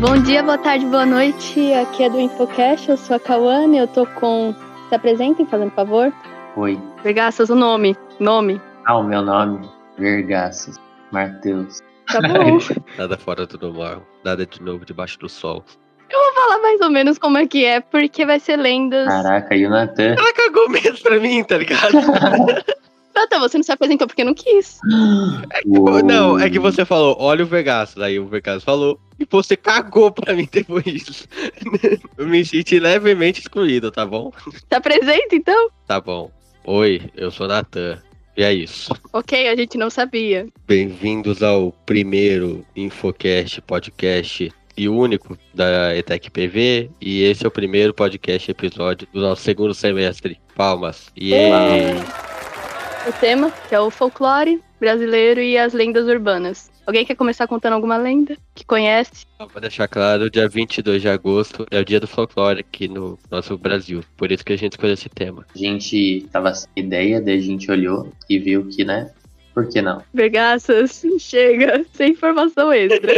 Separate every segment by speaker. Speaker 1: Bom dia, boa tarde, boa noite. Aqui é do InfoCast, eu sou a Cauane, eu tô com. Se apresentem, fazendo favor.
Speaker 2: Oi.
Speaker 1: Vergaças, o nome. Nome.
Speaker 2: Ah, o meu nome? Vergaças. Mateus.
Speaker 1: Tá bom.
Speaker 3: Nada fora do normal, nada de novo debaixo do sol.
Speaker 1: Falar mais ou menos como é que é, porque vai ser lendas.
Speaker 2: Caraca, e o Natan?
Speaker 3: Ela cagou medo pra mim, tá ligado?
Speaker 1: Natan, Ah, tá, você não se apresentou porque não quis.
Speaker 2: Uou.
Speaker 3: Não, é que você falou, olha o Vegaço, daí o Vegaço falou, e você cagou pra mim depois. eu me senti levemente excluído, tá bom?
Speaker 1: Se apresenta, então?
Speaker 3: Tá bom. Oi, eu sou Natan. E é isso.
Speaker 1: Ok, a gente não sabia.
Speaker 3: Bem-vindos ao primeiro Infocast podcast e único da ETEC PV. E esse é o primeiro podcast episódio do nosso segundo semestre. Palmas. E
Speaker 2: É,
Speaker 1: O tema, que é o folclore brasileiro e as lendas urbanas. Alguém quer começar contando alguma lenda que conhece?
Speaker 3: Só pra deixar claro, dia 22 de agosto é o dia do folclore aqui no nosso Brasil. Por isso que a gente escolheu esse tema.
Speaker 2: A gente tava sem ideia, daí a gente olhou e viu que, né? Por que não?
Speaker 1: Vergaças, chega, sem informação extra.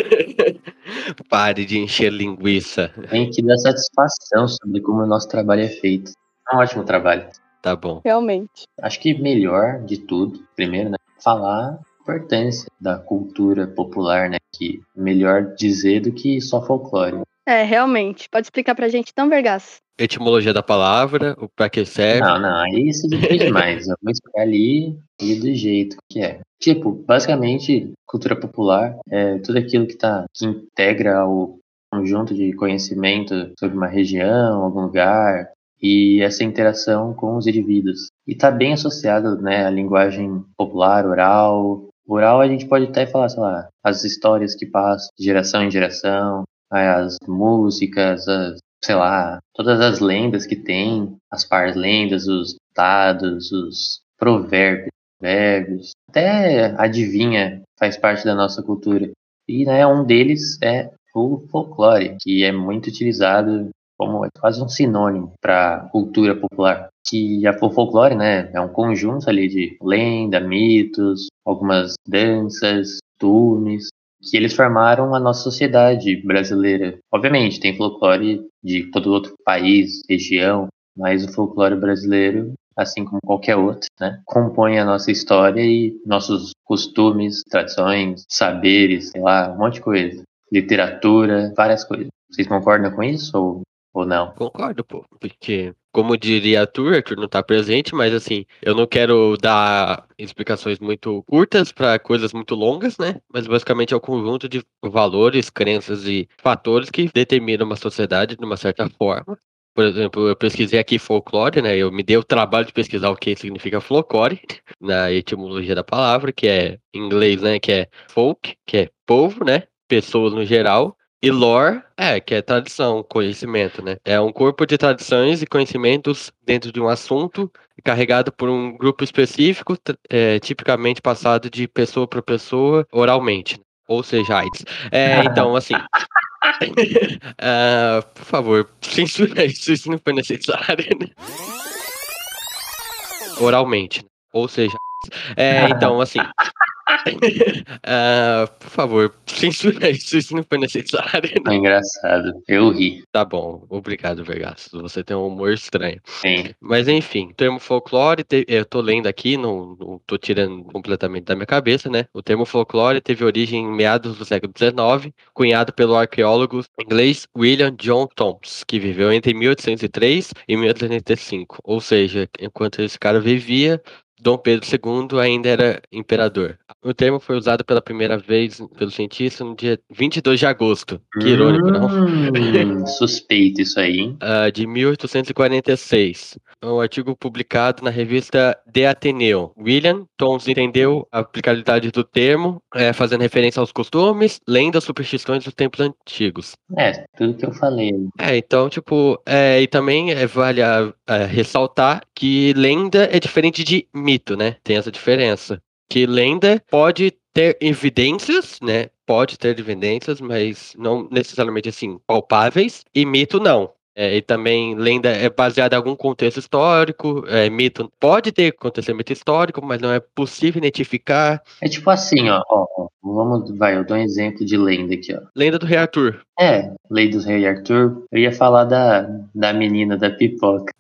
Speaker 3: Pare de encher linguiça.
Speaker 2: Tem que dar satisfação sobre como o nosso trabalho é feito. É um ótimo trabalho.
Speaker 3: Tá bom.
Speaker 1: Realmente.
Speaker 2: Acho que melhor de tudo, primeiro, né? Falar a importância da cultura popular, né? Que melhor dizer do que só folclore. né?
Speaker 1: É, realmente. Pode explicar pra gente, então, Vergaças?
Speaker 3: Etimologia da palavra, o pra que serve.
Speaker 2: Não, não, aí isso depende demais. Eu vou explicar ali e do jeito que é. Tipo, basicamente, cultura popular é tudo aquilo que tá, que integra o conjunto de conhecimento sobre uma região, algum lugar, e essa interação com os indivíduos. E tá bem associado, né, à linguagem popular, oral. Oral a gente pode até falar, sei lá, as histórias que passam de geração em geração, as músicas, as sei lá, todas as lendas que tem, as parlendas, os dados, os provérbios, verbos, até adivinha faz parte da nossa cultura. E né, um deles é o folclore, que é muito utilizado como é quase um sinônimo para cultura popular. Que a o folclore, né, é um conjunto ali de lenda, mitos, algumas danças, tunes, que eles formaram a nossa sociedade brasileira. Obviamente, tem folclore de todo outro país, região, mas o folclore brasileiro, assim como qualquer outro, né, compõe a nossa história e nossos costumes, tradições, saberes, sei lá, um monte de coisa. Literatura, várias coisas. Vocês concordam com isso ou, ou não?
Speaker 3: Concordo, pô. Porque, como diria Arthur, Arthur não tá presente, mas assim, eu não quero dar explicações muito curtas para coisas muito longas, né? Mas basicamente é o conjunto de valores, crenças e fatores que determinam uma sociedade de uma certa forma. Por exemplo, eu pesquisei aqui folclore, né? Eu me dei o trabalho de pesquisar o que significa folclore, na etimologia da palavra, que é em inglês, né? Que é folk, que é povo, né? Pessoas no geral, e lore, é, que é tradição, conhecimento, né? É um corpo de tradições e conhecimentos dentro de um assunto carregado por um grupo específico, t- é, tipicamente passado de pessoa para pessoa oralmente. né? Ou seja, AIDS. É, então, assim. ah, por favor, censura isso, isso não foi necessário. Né? Oralmente. né? Ou seja, AIDS. é, então, assim. ah, por favor, censura isso, isso não foi necessário. né?
Speaker 2: É engraçado. Eu ri.
Speaker 3: Tá bom, obrigado, Vergas. Você tem um humor estranho.
Speaker 2: Sim.
Speaker 3: Mas enfim, o termo folclore, te- eu tô lendo aqui, não, não tô tirando completamente da minha cabeça, né? O termo folclore teve origem em meados do século XIX, cunhado pelo arqueólogo inglês William John Thompson, que viveu entre 1803 e 1885. Ou seja, enquanto esse cara vivia, Dom Pedro II ainda era imperador. O termo foi usado pela primeira vez pelo cientista no dia 22 de agosto. Que irônico, não?
Speaker 2: Hum, suspeito isso aí, hein?
Speaker 3: ah, de 1846. É Um artigo publicado na revista The Ateneo. William Tons entendeu a aplicabilidade do termo, eh, fazendo referência aos costumes, lendas, superstições dos tempos antigos.
Speaker 2: É, tudo que eu falei.
Speaker 3: É, então, tipo, é, e também é, vale a- a ressaltar que lenda é diferente de mito, né? Tem essa diferença. Que lenda pode ter evidências, né? Pode ter evidências, mas não necessariamente assim, palpáveis, e mito não. É, e também lenda é baseada em algum contexto histórico, é, mito pode ter acontecimento histórico, mas não é possível identificar.
Speaker 2: É tipo assim, ó, ó, ó, vamos, vai, eu dou um exemplo de lenda aqui, ó.
Speaker 3: Lenda do Rei Arthur.
Speaker 2: É, Lei do Rei Arthur. Eu ia falar da, da menina da pipoca.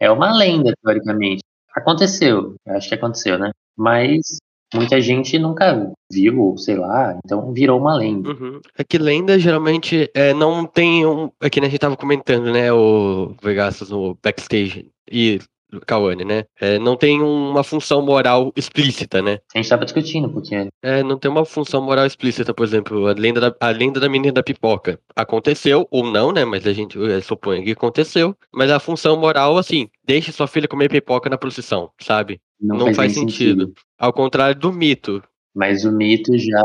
Speaker 2: é uma lenda, teoricamente. Aconteceu, eu acho que aconteceu, né? Mas muita gente nunca viu, ou sei lá, então virou uma lenda.
Speaker 3: Uhum. É que lenda geralmente é, não tem um. É que né, a gente tava comentando, né, o Vegastas no backstage e Kawane, né? É, não tem uma função moral explícita, né?
Speaker 2: A gente tava discutindo, porque
Speaker 3: É, não tem uma função moral explícita, por exemplo, a lenda da, a lenda da menina da pipoca. Aconteceu ou não, né? Mas a gente eh, supõe que aconteceu. Mas a função moral, assim, deixe sua filha comer pipoca na procissão, sabe?
Speaker 2: não,
Speaker 3: Não
Speaker 2: faz,
Speaker 3: faz
Speaker 2: nem
Speaker 3: sentido. Ao contrário do mito.
Speaker 2: Mas o mito já,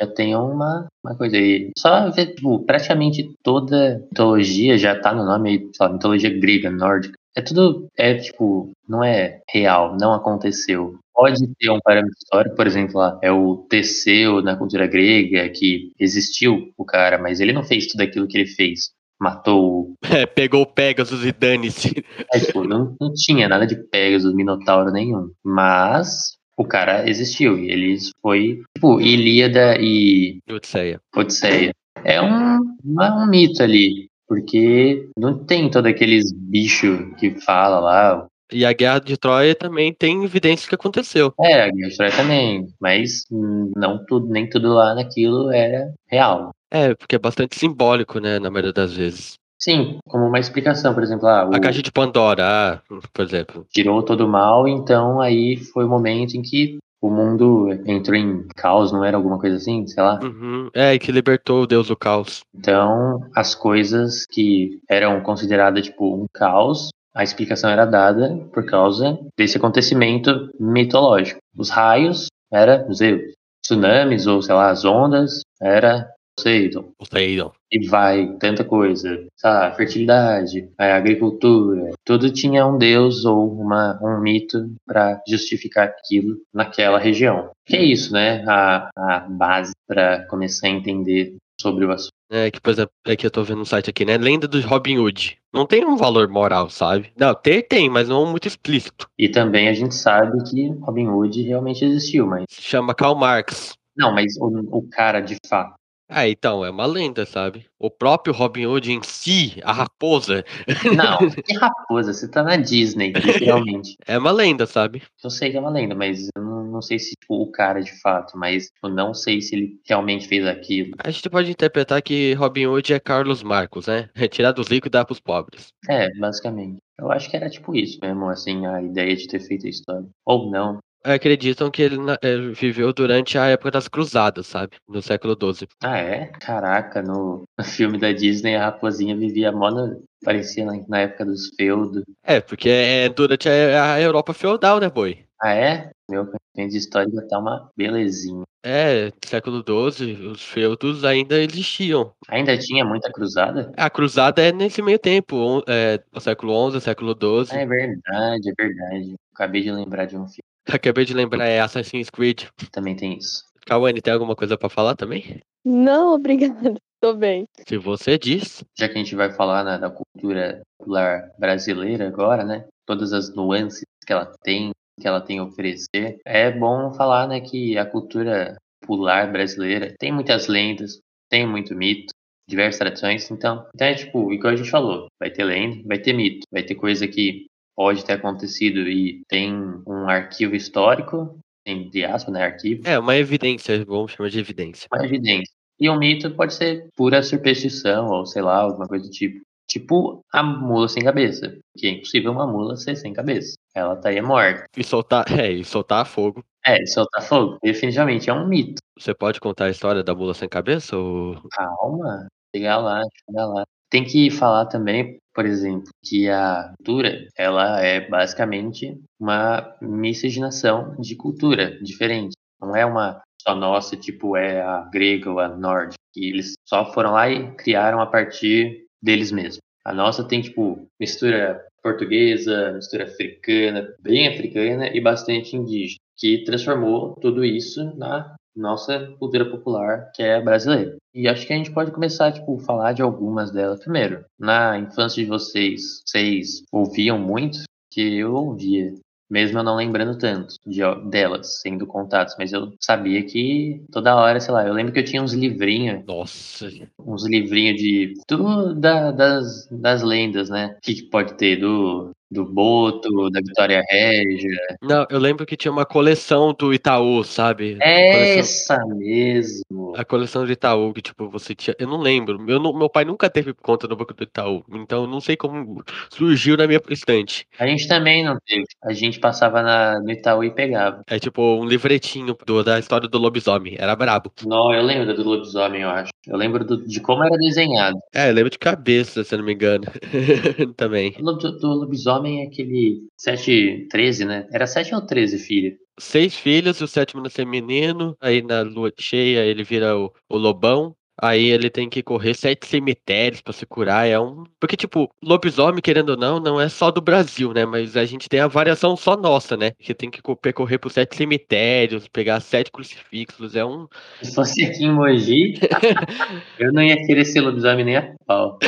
Speaker 2: já tem uma, uma coisa aí. Só ver, tipo, praticamente toda mitologia já tá no nome aí, sei lá, mitologia grega, nórdica. É tudo, é tipo, não é real, não aconteceu. Pode ter um parâmetro histórico, por exemplo, lá, é o Teseu na cultura grega, que existiu o cara, mas ele não fez tudo aquilo que ele fez. Matou.
Speaker 3: É, pegou o Pegasus e dane-se.
Speaker 2: É, tipo, não, não tinha nada de Pegasus, Minotauro nenhum. Mas o cara existiu e ele foi. Tipo, Ilíada e
Speaker 3: Odisseia.
Speaker 2: Odisseia. É um, é um mito ali, porque não tem todos aqueles bichos que fala lá.
Speaker 3: E a guerra de Troia também tem evidências que aconteceu.
Speaker 2: É, a história também, mas hum, não tudo, nem tudo lá naquilo era real.
Speaker 3: É, porque é bastante simbólico, né, na maioria das vezes.
Speaker 2: Sim, como uma explicação, por exemplo, ah, o
Speaker 3: A caixa de Pandora, ah, por exemplo.
Speaker 2: tirou todo o mal, então aí foi o momento em que o mundo entrou em caos, não era alguma coisa assim, sei lá.
Speaker 3: Uhum. É, e que libertou o deus do caos.
Speaker 2: Então, as coisas que eram consideradas tipo um caos, a explicação era dada por causa desse acontecimento mitológico. Os raios era, não sei, tsunamis ou sei lá, as ondas era, não sei, então,
Speaker 3: Poseidon.
Speaker 2: e vai tanta coisa, sabe, fertilidade, a agricultura, tudo tinha um deus ou uma um mito para justificar aquilo naquela região. Que é isso, né? A, a base para começar a entender sobre o assunto.
Speaker 3: É, que, por exemplo, é que eu tô vendo um site aqui, né? Lenda dos Robin Hood. Não tem um valor moral, sabe? Não, tem, tem, mas não muito explícito.
Speaker 2: E também a gente sabe que Robin Hood realmente existiu, mas.
Speaker 3: Se chama Karl Marx.
Speaker 2: Não, mas o, o cara de fato.
Speaker 3: Ah, então, é uma lenda, sabe? O próprio Robin Hood em si, a raposa,
Speaker 2: Não, que raposa, você tá na Disney, literalmente.
Speaker 3: é uma lenda, sabe?
Speaker 2: Eu sei que é uma lenda, mas eu não, não sei se tipo, o cara de fato, mas eu não sei se ele realmente fez aquilo.
Speaker 3: A gente pode interpretar que Robin Hood é Carlos Marcos, né? É tirar dos ricos e dar pros pobres.
Speaker 2: É, basicamente. Eu acho que era tipo isso mesmo, assim, a ideia de ter feito a história. Ou não.
Speaker 3: Acreditam que ele na- eh, viveu durante a época das cruzadas, sabe? No século XII.
Speaker 2: Ah, é? Caraca, no, no filme da Disney a raposinha vivia mó. na- Parecia na, na época dos feudos.
Speaker 3: É, porque é durante a, a Europa feudal, né, boi?
Speaker 2: Ah, é? Meu conhecimento de história já tá uma belezinha.
Speaker 3: É, século XII, os feudos ainda existiam.
Speaker 2: Ainda tinha muita cruzada?
Speaker 3: A cruzada é nesse meio tempo, on- é, no século XI, século
Speaker 2: Ah,
Speaker 3: XII.
Speaker 2: é verdade, é verdade. Acabei de lembrar de um filme
Speaker 3: Acabei de lembrar, é Assassin's Creed.
Speaker 2: que também tem isso.
Speaker 3: Kawane, tem alguma coisa pra falar também?
Speaker 1: Não, obrigada. Tô bem.
Speaker 3: Se você diz.
Speaker 2: Já que a gente vai falar na, da cultura popular brasileira agora, né? Todas as nuances que ela tem, que ela tem a oferecer. É bom falar, né, que a cultura popular brasileira tem muitas lendas, tem muito mito, diversas tradições. Então, então é tipo, igual a gente falou, vai ter lenda, vai ter mito, vai ter coisa que pode ter acontecido e tem um arquivo histórico, entre aspas, né, arquivo.
Speaker 3: É, uma evidência, vamos chamar de evidência.
Speaker 2: uma evidência. E um mito pode ser pura superstição, ou sei lá, alguma coisa do tipo. Tipo a mula sem cabeça. Que é impossível uma mula ser sem cabeça. Ela estaria morta.
Speaker 3: E soltar, é, e soltar fogo.
Speaker 2: É, e soltar fogo. Definitivamente é um mito.
Speaker 3: Você pode contar a história da mula sem cabeça? Ou...
Speaker 2: Calma. Chegar lá, chegar lá. Tem que falar também, por exemplo, que a cultura, ela é basicamente uma miscigenação de cultura diferente. Não é uma só nossa, tipo é a grega ou a nórdica, que eles só foram lá e criaram a partir deles mesmos. A nossa tem, tipo, mistura portuguesa, mistura africana, bem africana e bastante indígena, que transformou tudo isso na nossa cultura popular, que é brasileira. E acho que a gente pode começar, tipo, falar de algumas delas primeiro. Na infância de vocês, vocês ouviam muito? Que eu ouvia mesmo eu não lembrando tanto de, delas, sendo contatos, mas eu sabia que toda hora, sei lá, eu lembro que eu tinha uns livrinhos.
Speaker 3: Nossa.
Speaker 2: Uns livrinhos de. Tudo da, das, das lendas, né? O que, que pode ter? Do. Do Boto, da Vitória Régia.
Speaker 3: Não, eu lembro que tinha uma coleção do Itaú, sabe?
Speaker 2: É essa mesmo.
Speaker 3: A coleção do Itaú, que tipo, você tinha. Eu não lembro. Meu, meu pai nunca teve conta no banco do Itaú. Então eu não sei como surgiu na minha estante.
Speaker 2: A gente também não teve. A gente passava na, no Itaú e pegava.
Speaker 3: É tipo um livretinho do, da história do lobisomem. Era brabo.
Speaker 2: Não, eu lembro do lobisomem, eu acho. Eu lembro do, de como era desenhado.
Speaker 3: É, eu lembro de cabeça, se eu não me engano. também.
Speaker 2: Do, do lobisomem é aquele 7, 13, né? Era 7 ou 13, filho?
Speaker 3: Seis filhos, o sétimo nascer menino, aí na lua cheia ele vira o, o lobão, Aí ele tem que correr sete cemitérios para se curar. É um. Porque, tipo, lobisomem, querendo ou não, não é só do Brasil, né? Mas a gente tem a variação só nossa, né? Que tem que percorrer por sete cemitérios, pegar sete crucifixos. É um.
Speaker 2: Se fosse aqui em Mogi, eu não ia querer ser lobisomem nem a pau.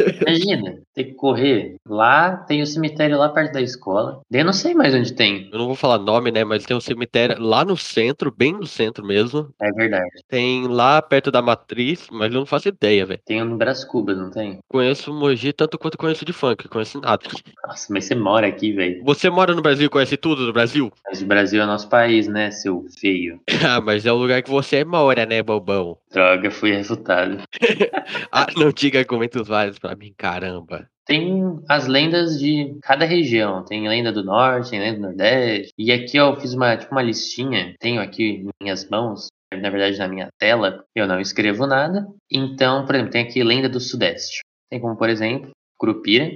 Speaker 2: Imagina, tem que correr lá, tem o um cemitério lá perto da escola. Eu não sei mais onde tem.
Speaker 3: Eu não vou falar nome, né? Mas tem um cemitério lá no centro, bem no centro mesmo.
Speaker 2: É verdade.
Speaker 3: Tem lá perto da matriz mas eu não faço ideia, velho.
Speaker 2: Tem um no Brás Cubas, não tem?
Speaker 3: Conheço Mogi tanto quanto conheço de funk, conheço nada.
Speaker 2: Nossa, mas você mora aqui, velho.
Speaker 3: Você mora no Brasil, conhece tudo do Brasil?
Speaker 2: Mas o Brasil é nosso país, né, seu feio?
Speaker 3: ah, mas é o lugar que você mora, né, bobão?
Speaker 2: Droga, fui refutado.
Speaker 3: ah, não diga argumentos vários pra mim, caramba
Speaker 2: tem as lendas de cada região. Tem lenda do norte, tem lenda do nordeste. E aqui ó, eu fiz uma, tipo, uma listinha, tenho aqui em minhas mãos, na verdade na minha tela, eu não escrevo nada. Então, por exemplo, tem aqui lenda do sudeste. Tem como, por exemplo, Curupira,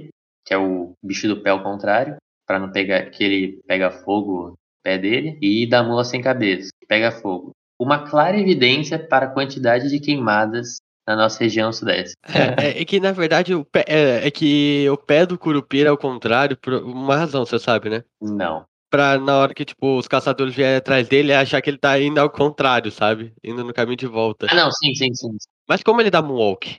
Speaker 2: que é o bicho do pé ao contrário, para não pegar que ele pega fogo no pé dele, e da mula sem cabeça, que pega fogo. Uma clara evidência para a quantidade de queimadas na nossa região sudeste.
Speaker 3: É, é, que na verdade o pé, é, é, que o pé do curupira ao contrário, por uma razão, você sabe, né?
Speaker 2: Não.
Speaker 3: Pra na hora que, tipo, os caçadores vierem atrás dele, achar que ele tá indo ao contrário, sabe? Indo no caminho de volta.
Speaker 2: Ah, não, sim, sim, sim. sim.
Speaker 3: Mas como ele dá moonwalk?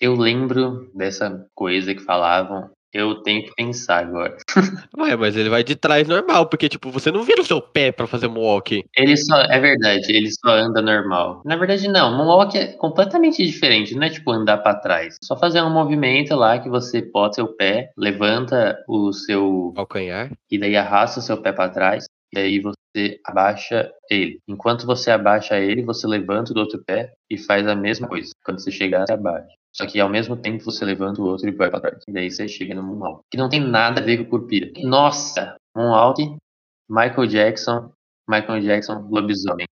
Speaker 2: Eu lembro dessa coisa que falavam. Eu tenho que pensar agora.
Speaker 3: Ué, mas ele vai de trás normal, porque, tipo, você não vira o seu pé para fazer moonwalk.
Speaker 2: Ele só. É verdade, ele só anda normal. Na verdade, não. Moonwalk é completamente diferente, não é tipo andar para trás. Só fazer um movimento lá que você bota seu pé, levanta o seu.
Speaker 3: Calcanhar.
Speaker 2: E daí arrasta o seu pé para trás. E aí você abaixa ele. Enquanto você abaixa ele, você levanta do outro pé e faz a mesma coisa. Quando você chegar, você abaixa. Só que ao mesmo tempo você levanta o outro e vai pra trás. E daí você chega no Moonwalk. Que não tem nada a ver com o Curpira. Nossa! Moonwalk, Michael Jackson, Michael Jackson, lobisomem.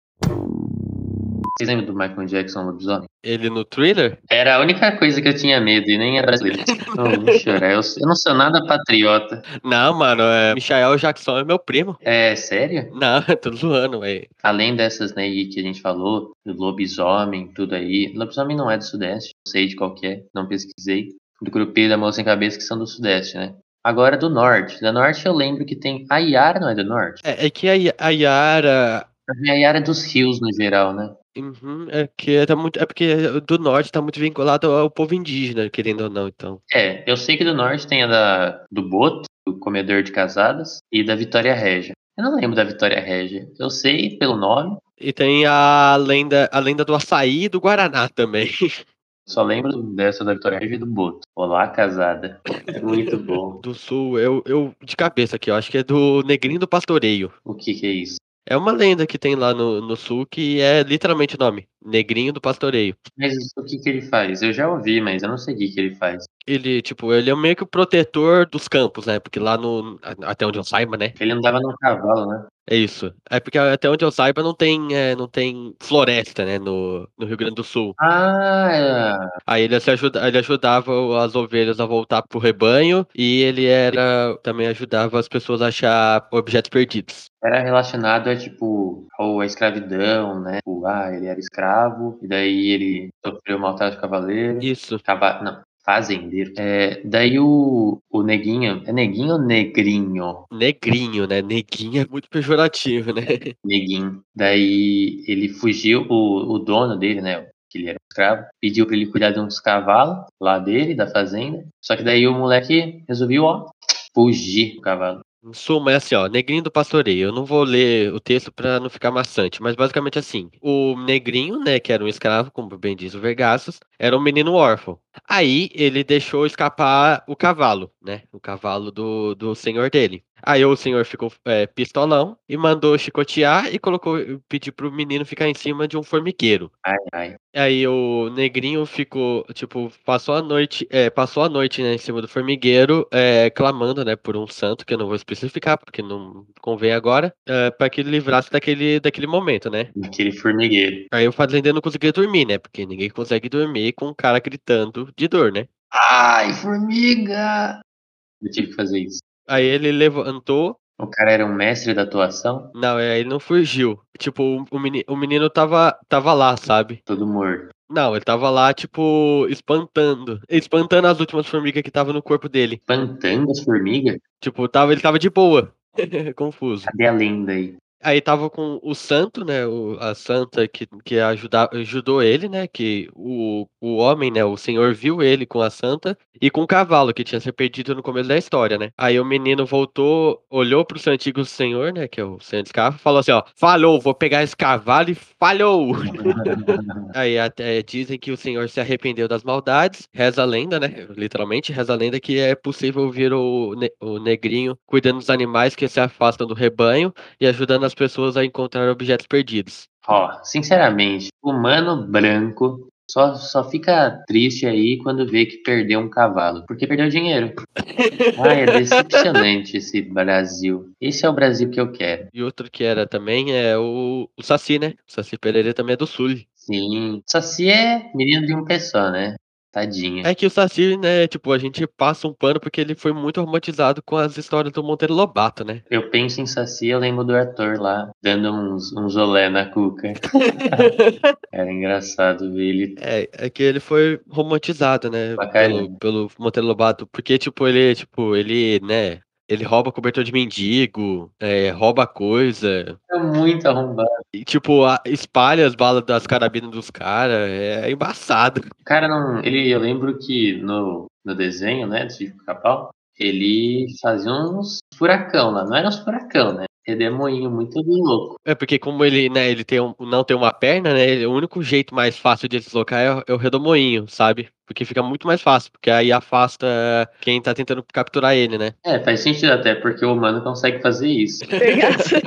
Speaker 2: Vocês lembram do Michael Jackson lobisomem?
Speaker 3: Ele no thriller?
Speaker 2: Era a única coisa que eu tinha medo, e nem é brasileiro. não, vou chorar. Eu, eu, não sou nada patriota.
Speaker 3: Não, mano, é... Michael Jackson é meu primo.
Speaker 2: É, sério?
Speaker 3: Não, tô zoando, velho.
Speaker 2: Além dessas, né, que a gente falou, do lobisomem, tudo aí. Lobisomem não é do Sudeste, não sei de qualquer, não pesquisei. Do grupinho da Moça em Cabeça, que são do Sudeste, né? Agora do Norte. Da Norte eu lembro que tem. A Yara não é do Norte?
Speaker 3: É, é que a, Yara.
Speaker 2: A Yara é dos rios, no geral, né?
Speaker 3: Uhum, é, que tá muito, é porque do norte tá muito vinculado ao povo indígena, querendo ou não, então.
Speaker 2: É, eu sei que do norte tem a da, do Boto, do Comedor de Casadas, e da Vitória Régia. Eu não lembro da Vitória Régia. Eu sei pelo nome.
Speaker 3: E tem a lenda, a lenda do açaí e do Guaraná também.
Speaker 2: Só lembro dessa da Vitória Régia e do Boto. Olá, casada. Muito bom.
Speaker 3: do sul, eu, eu de cabeça aqui, eu acho que é do Negrinho do Pastoreio.
Speaker 2: O que, que é isso?
Speaker 3: É uma lenda que tem lá no, no sul que é literalmente o nome: Negrinho do Pastoreio.
Speaker 2: Mas o que, que ele faz? Eu já ouvi, mas eu não sei o que, que ele faz.
Speaker 3: Ele, tipo, ele é meio que o protetor dos campos, né? Porque lá no. Até onde eu saiba, né?
Speaker 2: Ele andava num cavalo, né?
Speaker 3: É isso. É porque até onde eu saiba não tem, é, não tem floresta, né, no, no Rio Grande do Sul.
Speaker 2: Ah, é.
Speaker 3: Aí ele, se ajuda, ele ajudava as ovelhas a voltar pro rebanho e ele era também ajudava as pessoas a achar objetos perdidos.
Speaker 2: Era relacionado a, tipo, ou a escravidão, né? Tipo, ah, ele era escravo, e daí ele sofreu maltrato de cavaleiro.
Speaker 3: Isso.
Speaker 2: Cava... Não, fazendeiro. É, daí o, o neguinho, é neguinho ou negrinho?
Speaker 3: Negrinho, né? Neguinho é muito pejorativo, né?
Speaker 2: Neguinho. Daí ele fugiu, o, o dono dele, né? Que ele era um escravo, pediu pra ele cuidar de uns cavalos lá dele, da fazenda. Só que daí o moleque resolveu, ó, fugir do cavalo.
Speaker 3: Em suma, é assim, ó, negrinho do pastoreio. Eu não vou ler o texto pra não ficar maçante, mas basicamente assim, o negrinho, né, que era um escravo, como bem diz o Vergassos, era um menino órfão. Aí ele deixou escapar o cavalo, né, o cavalo do, do senhor dele. Aí o senhor ficou é, pistolão e mandou chicotear e colocou, pediu pro menino ficar em cima de um formigueiro.
Speaker 2: Ai, ai.
Speaker 3: Aí o negrinho ficou, tipo, passou a noite, é, passou a noite, né, em cima do formigueiro, é, clamando, né, por um santo, que eu não vou especificar, porque não convém agora, é, para que ele livrasse daquele, daquele momento, né?
Speaker 2: Aquele formigueiro.
Speaker 3: Aí o fazendeiro não conseguia dormir, né, porque ninguém consegue dormir com um cara gritando de dor, né?
Speaker 2: Ai, formiga! Eu tive que fazer isso.
Speaker 3: Aí ele levantou,
Speaker 2: O cara era um mestre da atuação,
Speaker 3: não, é, ele não fugiu. Tipo, o- o menino, o menino tava, tava lá, sabe?
Speaker 2: todo morto.
Speaker 3: Não, ele tava lá, tipo, espantando. Espantando as últimas formigas que estavam no corpo dele.
Speaker 2: Espantando as formigas?
Speaker 3: Tipo, tava, ele tava de boa. Confuso.
Speaker 2: Cadê a lenda aí?
Speaker 3: Aí tava com o santo, né? o- a santa que, que ajuda, ajudou ele, né? Que o, o homem, né? O senhor viu ele com a santa e com o cavalo, que tinha se perdido no começo da história, né? Aí o menino voltou, olhou pro seu antigo senhor, né? Que é o senhor de escravo, e falou assim, ó. Falou, vou pegar esse cavalo e falhou! Aí até dizem que o senhor se arrependeu das maldades. Reza a lenda, né? Literalmente, reza a lenda que é possível ver o, ne- o negrinho cuidando dos animais que se afastam do rebanho e ajudando as pessoas a encontrar objetos perdidos.
Speaker 2: Ó, sinceramente, humano branco só, só fica triste aí quando vê que perdeu um cavalo, porque perdeu dinheiro. Ai, é decepcionante esse Brasil. Esse é o Brasil que eu quero.
Speaker 3: E outro que era também é o, o Saci, né? O Saci Pereira também é do Sul.
Speaker 2: Sim. Só se é menino de um pé só, né? Tadinha.
Speaker 3: É que o Saci, né? Tipo, a gente passa um pano porque ele foi muito romantizado com as histórias do Monteiro Lobato, né?
Speaker 2: Eu penso em Saci, eu lembro do ator lá, dando uns, uns olé na cuca. Era engraçado ver ele
Speaker 3: É, é que ele foi romantizado, né,
Speaker 2: Pra
Speaker 3: pelo,
Speaker 2: caramba.
Speaker 3: pelo Monteiro Lobato, porque, tipo, ele, tipo, ele, né, ele rouba cobertor de mendigo, é, rouba coisa,
Speaker 2: É muito arrombado.
Speaker 3: e, tipo, a- espalha as balas das carabinas dos caras, é embaçado.
Speaker 2: O cara não. Ele, eu lembro que no, no desenho, né, do Chico Capal, ele fazia uns furacão lá. Não era uns furacão, né? Redemoinho muito louco.
Speaker 3: É porque como ele, né, ele tem um- não tem uma perna, né, ele- o único jeito mais fácil de deslocar é, o- é o redomoinho, sabe? Porque fica muito mais fácil, porque aí afasta quem tá tentando capturar ele, né?
Speaker 2: É, faz sentido até, porque o humano consegue fazer isso.
Speaker 1: Vergassos.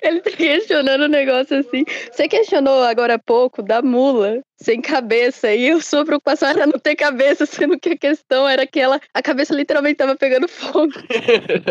Speaker 1: Ele tá questionando um negócio assim. Você questionou agora há pouco da mula sem cabeça. E a sua preocupação era não ter cabeça, sendo que a questão era que ela, a cabeça literalmente tava pegando fogo.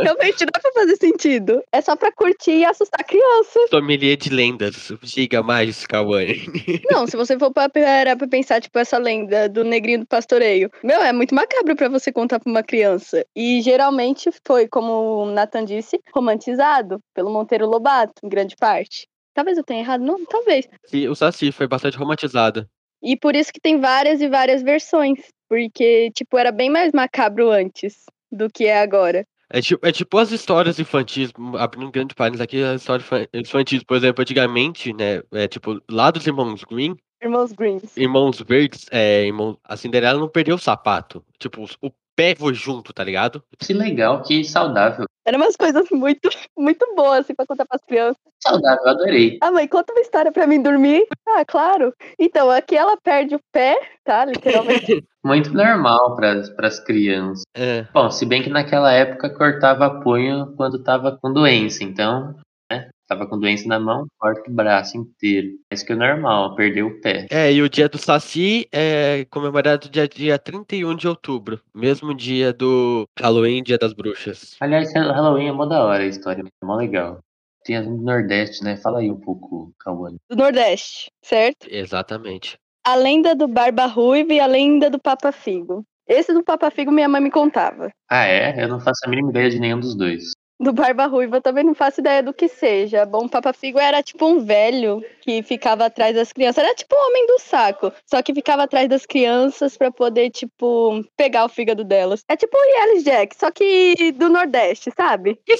Speaker 1: Realmente não é pra fazer sentido. É só pra curtir e assustar a criança.
Speaker 3: Sommelier de lendas, diga mais, Cauane.
Speaker 1: Não, se você for pra, parar pra pensar, tipo, essa lenda do negrinho do pastoreio. Meu, é muito macabro pra você contar pra uma criança. E geralmente foi, como o Nathan disse, romantizado pelo Monteiro Lobato, em grande parte. Talvez eu tenha errado, não? Talvez.
Speaker 3: E o Saci foi bastante romantizado.
Speaker 1: E por isso que tem várias e várias versões. Porque, tipo, era bem mais macabro antes do que é agora.
Speaker 3: É tipo, é tipo as histórias infantis, hum, abrindo grande parênteses aqui, as histórias infan- infantis, por exemplo, antigamente, né, é tipo, lá dos Irmãos Green,
Speaker 1: Irmãos Greens.
Speaker 3: Irmãos Verdes, é, irmão, a Cinderela não perdeu o sapato, tipo, os- o pé foi junto, tá ligado?
Speaker 2: Que legal, que saudável.
Speaker 1: Eram umas coisas muito, muito boas, assim, pra contar pras crianças.
Speaker 2: Saudável, adorei.
Speaker 1: Ah, mãe, conta uma história pra mim dormir. Ah, claro. Então, aqui ela perde o pé, tá? Literalmente.
Speaker 2: Muito normal para as crianças.
Speaker 3: É,
Speaker 2: Bom, se bem que naquela época cortava punho quando tava com doença, então, né? Tava com doença na mão, corta o braço inteiro. Isso que é normal, perdeu o pé.
Speaker 3: é, e o dia do Saci é comemorado dia, dia 31 de outubro, mesmo dia do Halloween, dia das bruxas.
Speaker 2: Aliás, Halloween é mó da hora a história, é mó legal. Tem as do Nordeste, né? Fala aí um pouco, Cauane.
Speaker 1: Do Nordeste, certo?
Speaker 3: Exatamente.
Speaker 1: A lenda do Barba Ruiva e a lenda do Papa Figo. Esse do Papa Figo minha mãe me contava.
Speaker 2: Ah, é? Eu não faço a mínima ideia de nenhum dos dois.
Speaker 1: do Barba Ruiva, eu também não faço ideia do que seja. Bom, Papa Figo era tipo um velho que ficava atrás das crianças. Era tipo um homem do saco, só que ficava atrás das crianças pra poder, tipo, pegar o fígado delas. É tipo o Yellis Jack, só que do Nordeste, sabe?
Speaker 3: Que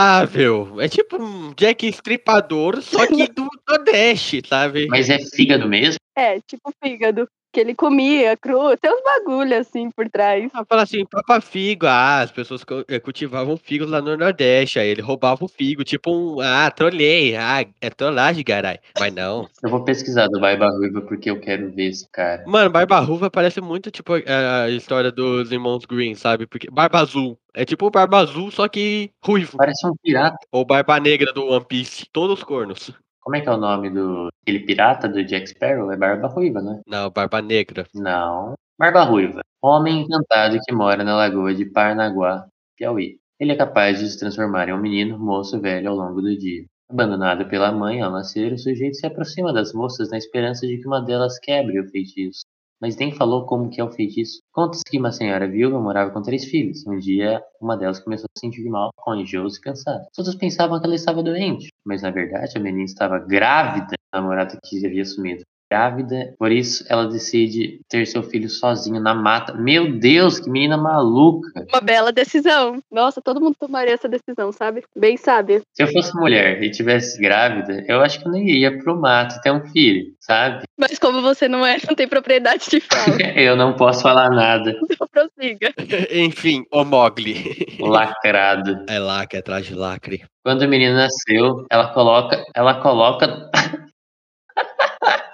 Speaker 3: saudável! É tipo um Jack Estripador, só que do Nordeste, sabe?
Speaker 2: Mas é fígado mesmo?
Speaker 1: É, tipo fígado. Que ele comia cru, tem uns bagulho assim por trás.
Speaker 3: Ela fala assim, papa figo, ah, as pessoas cu- eh, cultivavam figo lá no Nordeste, aí ele roubava o figo, tipo um, ah, trolei, ah, é trollagem, garai. Mas não.
Speaker 2: Eu vou pesquisar do Barba Ruiva porque eu quero ver esse cara.
Speaker 3: Mano, Barba Ruiva parece muito tipo a a história dos irmãos Green, sabe? Porque Barba Azul. É tipo o Barba Azul, só que ruivo.
Speaker 2: Parece um pirata.
Speaker 3: Ou Barba Negra do One Piece. Todos os cornos.
Speaker 2: Como é que é o nome do. Aquele pirata do Jack Sparrow? É Barba Ruiva, né?
Speaker 3: Não, Barba Negra.
Speaker 2: Não. Barba Ruiva. Homem encantado que mora na lagoa de Parnaguá, Piauí. Ele é capaz de se transformar em um menino, moço e velho ao longo do dia. Abandonado pela mãe ao nascer, o sujeito se aproxima das moças na esperança de que uma delas quebre o feitiço. Mas nem falou como que é o feitiço. Conta-se que uma senhora viúva morava com três filhos. Um dia, uma delas começou a se sentir mal, com enjoos e cansada. Todos pensavam que ela estava doente, mas na verdade a menina estava grávida do namorado que havia sumido grávida, por isso ela decide ter seu filho sozinho na mata. Meu Deus, que menina maluca!
Speaker 1: Uma bela decisão. Nossa, todo mundo tomaria essa decisão, sabe? Bem sabe.
Speaker 2: Se eu fosse mulher e tivesse grávida, eu acho que eu nem ia pro mato ter um filho, sabe?
Speaker 1: Mas como você não é, não tem propriedade de fala.
Speaker 2: Eu não posso falar nada,
Speaker 1: Então prossiga.
Speaker 3: Enfim, o Mogli.
Speaker 2: lacrado.
Speaker 3: É lacre, atrás de lacre.
Speaker 2: Quando o menino nasceu, ela coloca, ela coloca,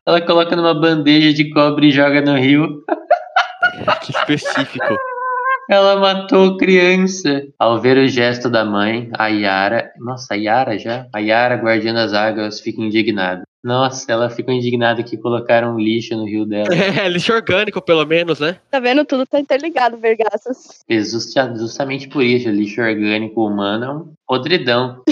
Speaker 2: ela coloca numa bandeja de cobre e joga no rio.
Speaker 3: Que específico.
Speaker 2: Ela matou criança. Ao ver o gesto da mãe, a Yara. Nossa, a Yara já? A Yara, guardiã das águas, fica indignada. Nossa, ela ficou indignada que colocaram um lixo no rio dela.
Speaker 3: É, lixo orgânico, pelo menos, né?
Speaker 1: Tá vendo? Tudo tá interligado, vergaças.
Speaker 2: E É justa- Justamente por isso, lixo orgânico humano é um podridão.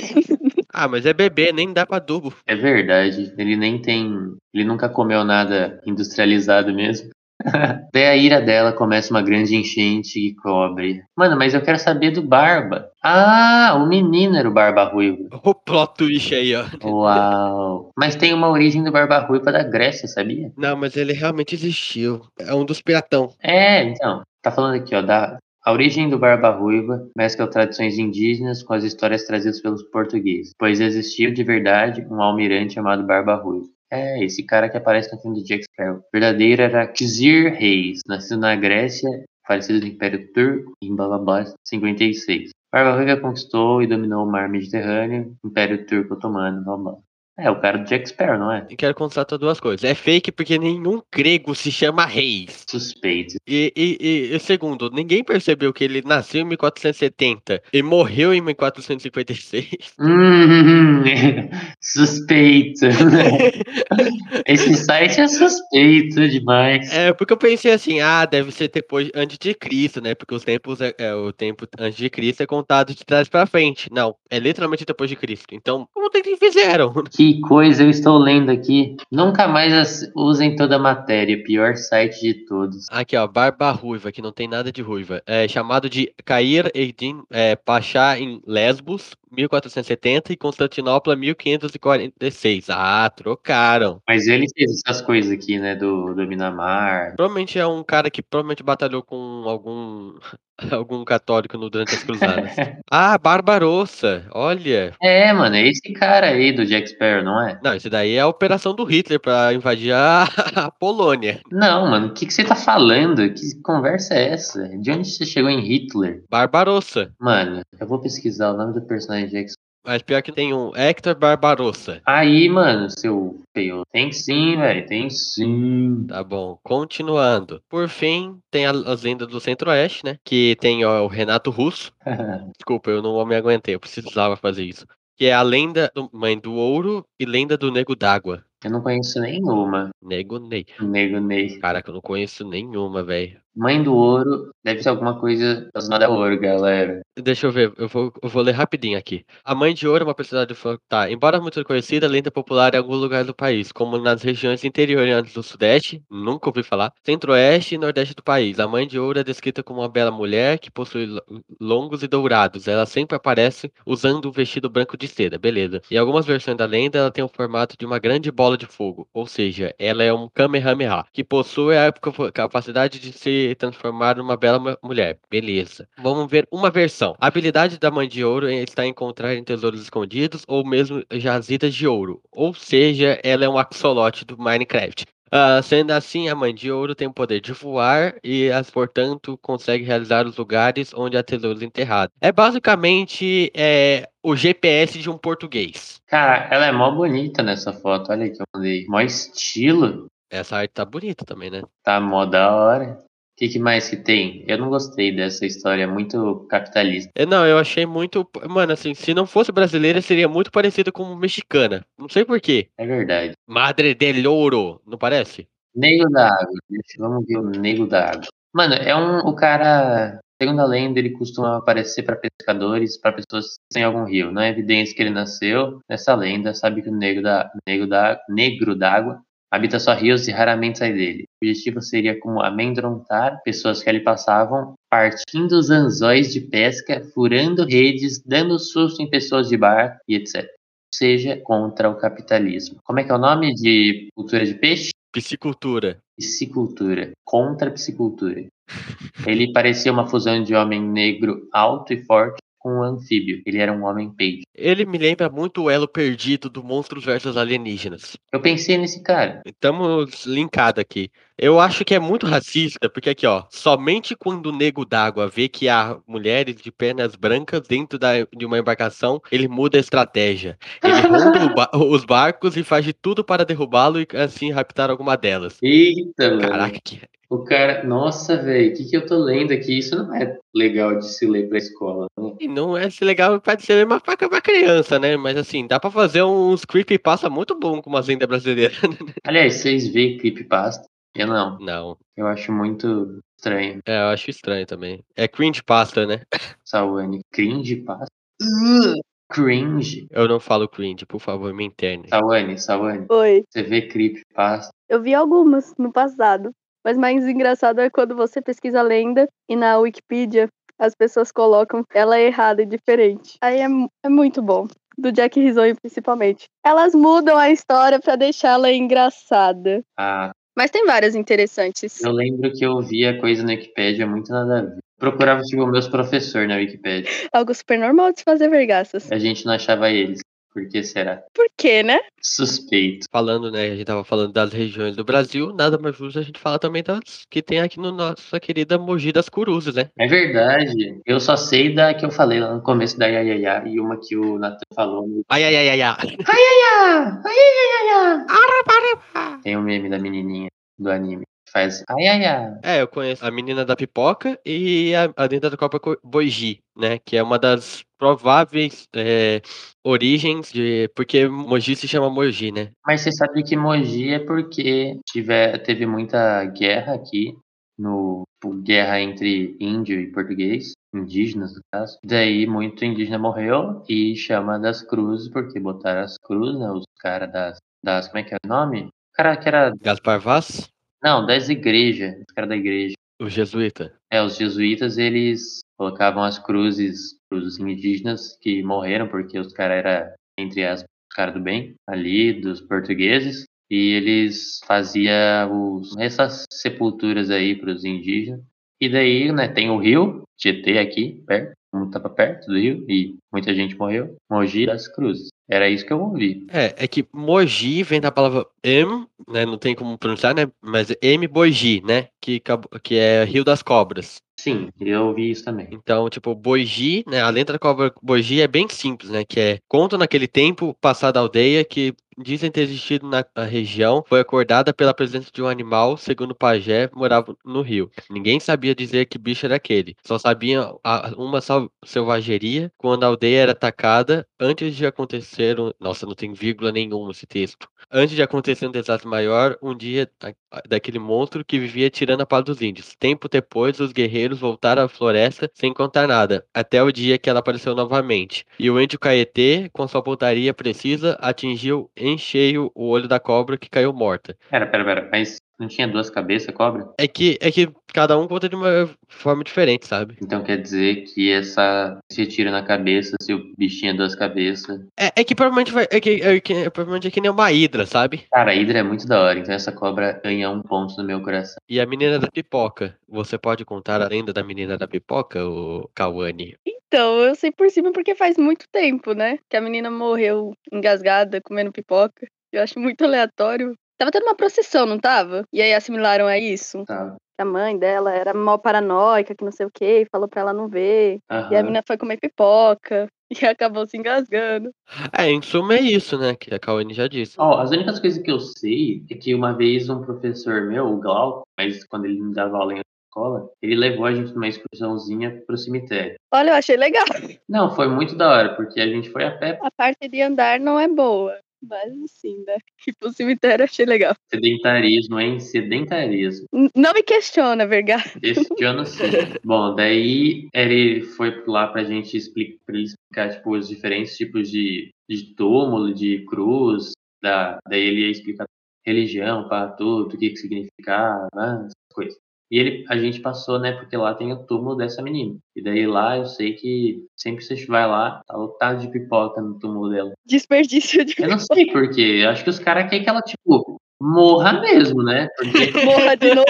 Speaker 3: Ah, mas é bebê, nem dá pra adubo.
Speaker 2: É verdade. Ele nem tem. Ele nunca comeu nada industrializado mesmo. Daí a ira dela começa uma grande enchente e cobre. Mano, mas eu quero saber do Barba. Ah, o menino era o Barba Ruivo.
Speaker 3: O plot twist aí, ó.
Speaker 2: Uau! Mas tem uma origem do Barba Ruiva da Grécia, sabia?
Speaker 3: Não, mas ele realmente existiu. É um dos piratão.
Speaker 2: É, então. Tá falando aqui, ó, da. A origem do Barba Ruiva mescla tradições indígenas com as histórias trazidas pelos portugueses, pois existiu de verdade um almirante chamado Barba Ruiva. É, esse cara que aparece no filme do Jack Sparrow. O verdadeiro era Kizir Reis, nascido na Grécia, falecido no Império Turco, em blá blá blá, 56. Barba Ruiva conquistou e dominou o mar Mediterrâneo, Império Turco Otomano, blá blá. É, o cara do Jack Sparrow, não é?
Speaker 3: E quero constatar duas coisas. É fake porque nenhum grego se chama reis.
Speaker 2: Suspeito.
Speaker 3: E, e- e- e segundo, ninguém percebeu que ele nasceu em 1470 e morreu em 1456.
Speaker 2: Hum, suspeito. né? Esse site é suspeito demais.
Speaker 3: É, porque eu pensei assim, ah, deve ser depois antes de Cristo, né? Porque os tempos é, é, o tempo antes de Cristo é contado de trás pra frente. Não, é literalmente depois de Cristo. Então, como tem que fizeram?
Speaker 2: Que coisa eu estou lendo aqui. Nunca mais as- usem toda a matéria. é Pior site de todos.
Speaker 3: Aqui, ó, Barba Ruiva, que não tem nada de ruiva. É chamado de Cair Eidin é, Pachá em Lesbos, 1470, e Constantinopla, 1546. Ah, trocaram.
Speaker 2: Mas ele fez essas coisas aqui, né? Do Dominamar.
Speaker 3: Provavelmente é um cara que provavelmente batalhou com algum algum católico no, durante as cruzadas. ah, Barbarossa, olha.
Speaker 2: É, mano, é esse cara aí do Jack Sparrow, não é?
Speaker 3: Não, isso daí é a operação do Hitler pra invadir a, a Polônia.
Speaker 2: Não, mano, o que, que você tá falando? Que conversa é essa? De onde você chegou em Hitler?
Speaker 3: Barbarossa.
Speaker 2: Mano, eu vou pesquisar o nome do personagem Jack
Speaker 3: Mas pior que tem um Hector Barbarossa.
Speaker 2: Aí, mano, seu feio. Tem sim, velho. Tem sim.
Speaker 3: Tá bom, continuando. Por fim, tem a- as lendas do Centro-Oeste, né? Que tem ó, o Renato Russo. Desculpa, eu não me aguentei, eu precisava fazer isso. Que é a lenda do Mãe do Ouro e lenda do Nego d'Água.
Speaker 2: Eu não conheço nenhuma.
Speaker 3: Nego Ney.
Speaker 2: Nego Ney.
Speaker 3: Caraca, eu não conheço nenhuma, velho.
Speaker 2: Mãe do ouro deve ser alguma coisa relacionada ao ouro, galera.
Speaker 3: Deixa eu ver, eu vou, eu vou ler rapidinho aqui. A Mãe de Ouro é uma personagem folk, tá? Embora muito conhecida, a lenda é popular em alguns lugares do país, como nas regiões interiorianas do Sudeste, nunca ouvi falar, Centro-Oeste e Nordeste do país. A Mãe de Ouro é descrita como uma bela mulher que possui lo- longos e dourados. Ela sempre aparece usando um vestido branco de seda, beleza. Em algumas versões da lenda, ela tem o formato de uma grande bola de fogo, ou seja, ela é um Kamehameha, que possui a cap- capacidade de se transformar numa bela mu- mulher, beleza. Vamos ver uma versão. A habilidade da Mãe de Ouro está em encontrar em tesouros escondidos ou mesmo jazidas de ouro, ou seja, ela é um axolote do Minecraft. Ah, sendo assim, a mãe de ouro tem o poder de voar e, as, portanto, consegue realizar os lugares onde há tesouros enterrados. É basicamente é, o GPS de um português.
Speaker 2: Cara, ela é mó bonita nessa foto. Olha que eu mandei. Mó estilo.
Speaker 3: Essa arte tá bonita também, né?
Speaker 2: Tá mó da hora. O que, que mais que tem? Eu não gostei dessa história, é muito capitalista.
Speaker 3: É, Não, eu achei muito. Mano, assim, se não fosse brasileira, seria muito parecida com mexicana. Não sei porquê.
Speaker 2: É verdade.
Speaker 3: Madre del Ouro, não parece?
Speaker 2: Nego da água. Deixa- Vamos ver o nego da água. Mano, é um. O cara. Segundo a lenda, ele costuma aparecer para pescadores, para pessoas sem algum rio. Não é evidência que ele nasceu nessa lenda. Sabe que o negro da, negro da, negro d'água habita só rios e raramente sai dele. O objetivo seria como amedrontar pessoas que ali passavam, partindo os anzóis de pesca, furando redes, dando susto em pessoas de bar e etc. Ou seja, contra o capitalismo. Como é que é o nome de cultura de peixe?
Speaker 3: Piscicultura.
Speaker 2: Piscicultura. Contra a piscicultura. Ele parecia uma fusão de homem negro alto e forte com um anfíbio. Ele era um homem peixe.
Speaker 3: Ele me lembra muito o elo perdido do Monstros versus Alienígenas.
Speaker 2: Eu pensei nesse cara.
Speaker 3: Estamos linkados aqui. Eu acho que é muito racista, porque aqui, ó, somente quando o nego d'água vê que há mulheres de pernas brancas dentro da- de uma embarcação, ele muda a estratégia. Ele ronda o ba- os barcos e faz de tudo para derrubá-lo e assim raptar alguma delas.
Speaker 2: Eita, mano.
Speaker 3: Caraca, que...
Speaker 2: O cara. Nossa, velho. O que, que eu tô lendo aqui? Isso não é legal de se ler pra escola. né?
Speaker 3: e não é legal para ser uma faca pra criança, né? Mas assim, dá pra fazer uns creepypasta muito bom com uma lenda brasileira. né?
Speaker 2: Aliás, vocês veem creepypasta? Eu não.
Speaker 3: não,
Speaker 2: Eu acho muito estranho.
Speaker 3: é, eu acho estranho também. É cringe pasta, né?
Speaker 2: Sawane. Cringe pasta? Ugh, Cringe.
Speaker 3: Eu não falo cringe, por favor, me interne.
Speaker 2: Sawane, Sawane.
Speaker 1: Oi.
Speaker 2: Você vê creepypasta?
Speaker 1: Eu vi algumas no passado. Mas mais engraçado é quando você pesquisa a lenda e na Wikipedia as pessoas colocam ela errada e diferente. Aí é, mu- é muito bom. Do Jack Risonho, principalmente. Elas mudam a história pra deixá-la engraçada.
Speaker 2: Ah,
Speaker 1: Mas tem várias interessantes.
Speaker 2: Eu lembro que eu via coisa na Wikipédia muito nada a ver. Procurava, tipo, meus professores na Wikipédia.
Speaker 1: Algo super normal de se fazer vergaças.
Speaker 2: A gente não achava eles. Por que será?
Speaker 1: Por quê, né?
Speaker 2: Suspeito.
Speaker 3: falando, né? A gente tava falando das regiões do Brasil, nada mais justo a gente falar também das que tem aqui no nossa querida Mogi das Cruzes, né?
Speaker 2: É verdade. Eu só sei da que eu falei lá no começo da Yayaya e uma que o Natan falou. no-
Speaker 3: Ai, ai, ai, ai, ai.
Speaker 2: Ah, ai, ai, ai, ai. Tem um meme da menininha do anime que faz ai, ai, ai.
Speaker 3: É, eu conheço a menina da pipoca e a, a dentro da Copa Co- Boigi, né? Que é uma das prováveis é, origens de. Porque Mogi se chama Mogi, né?
Speaker 2: Mas você sabe que Mogi é porque tiver, teve muita guerra aqui, no tipo, guerra entre índio e português, indígenas no caso. Daí muito indígena morreu e chama das cruzes, porque botaram as cruzes, né, os caras das, das. Como é que é o nome? O cara que era.
Speaker 3: Gaspar Vaz,
Speaker 2: Não, das igrejas. Os caras da igreja.
Speaker 3: o jesuíta.
Speaker 2: É, os jesuítas, eles colocavam as cruzes cruzes indígenas que morreram porque os caras eram, entre aspas, os caras do bem, ali, dos portugueses. E eles faziam os, essas sepulturas aí para os indígenas. E daí, né, tem o rio, Tietê aqui, perto, como tava perto do rio, e muita gente morreu. Mogi das Cruzes. Era isso que eu ouvi.
Speaker 3: É, é que Mogi vem da palavra M, né? Não tem como pronunciar, né? Mas M Bogi, né? Que, acabou- que é Rio das Cobras.
Speaker 2: Sim, eu ouvi isso também.
Speaker 3: Então, tipo, Boji, né? A lenda da cobra Boji é bem simples, né? Que é conta naquele tempo passada aldeia que dizem ter existido na na região foi acordada pela presença de um animal, segundo o pajé, morava no rio. Ninguém sabia dizer que bicho era aquele. Só sabia a- uma sal- selvageria quando a aldeia era atacada antes de acontecer um... Nossa, não tem vírgula nenhuma esse texto. Antes de acontecer um desastre maior, um dia a- daquele monstro que vivia tirando a paz dos índios. Tempo depois, os guerreiros voltaram à floresta sem contar nada, até o dia que ela apareceu novamente. E o índio Caetê, com sua pontaria precisa, atingiu em cheio o olho da cobra que caiu morta.
Speaker 2: Pera, pera, pera. Mas não tinha duas cabeças a cobra?
Speaker 3: É que, é que cada um conta de uma forma diferente, sabe?
Speaker 2: Então quer dizer que essa se tira na cabeça, se o bicho tinha duas cabeças.
Speaker 3: É, é que provavelmente vai. É que, é que, é, provavelmente é que nem uma hidra, sabe?
Speaker 2: Cara, a hidra é muito da hora, então essa cobra ganha um ponto no meu coração.
Speaker 3: E a menina da pipoca. Você pode contar a lenda da menina da pipoca, o Kawane?
Speaker 1: Então, eu sei por cima porque faz muito tempo, né? Que a menina morreu engasgada, comendo pipoca. Eu acho muito aleatório. Tava tendo uma procissão, não tava? E aí assimilaram a isso?
Speaker 2: Tá.
Speaker 1: que a mãe dela era mal paranoica, que não sei o quê, e falou pra ela não ver. E a
Speaker 2: Aham.
Speaker 1: menina foi comer pipoca e acabou se engasgando.
Speaker 3: É, em suma é isso, né? Que a Kawane já disse.
Speaker 2: Ó, as únicas coisas que eu sei é que uma vez um professor meu, o Glauco, mas quando ele me dava aula em outra escola, ele levou a gente numa excursãozinha pro cemitério.
Speaker 1: Olha, eu achei legal.
Speaker 2: Não, foi muito da hora, porque a gente foi a pé,
Speaker 1: A parte de andar não é boa. Mas assim, né? Ir pro cemitério eu achei legal.
Speaker 2: sedentarismo, hein? Sedentarismo.
Speaker 1: N- não me questiona, Vergar.
Speaker 2: Esse ano sim. Bom, daí ele foi lá pra gente explicar, pra ele explicar tipo, os diferentes tipos de, de túmulo, de cruz, da, daí ele ia explicar religião, para tudo, o que que significava, né, essas coisas. E ele, a gente passou, né, porque lá tem o túmulo dessa menina. E daí lá eu sei que sempre que você vai lá, tá lotado de pipoca no túmulo dela.
Speaker 1: Desperdício de
Speaker 2: Eu não sei por quê, eu acho que os caras querem que ela, tipo, morra mesmo, né? Porque
Speaker 1: morra de novo.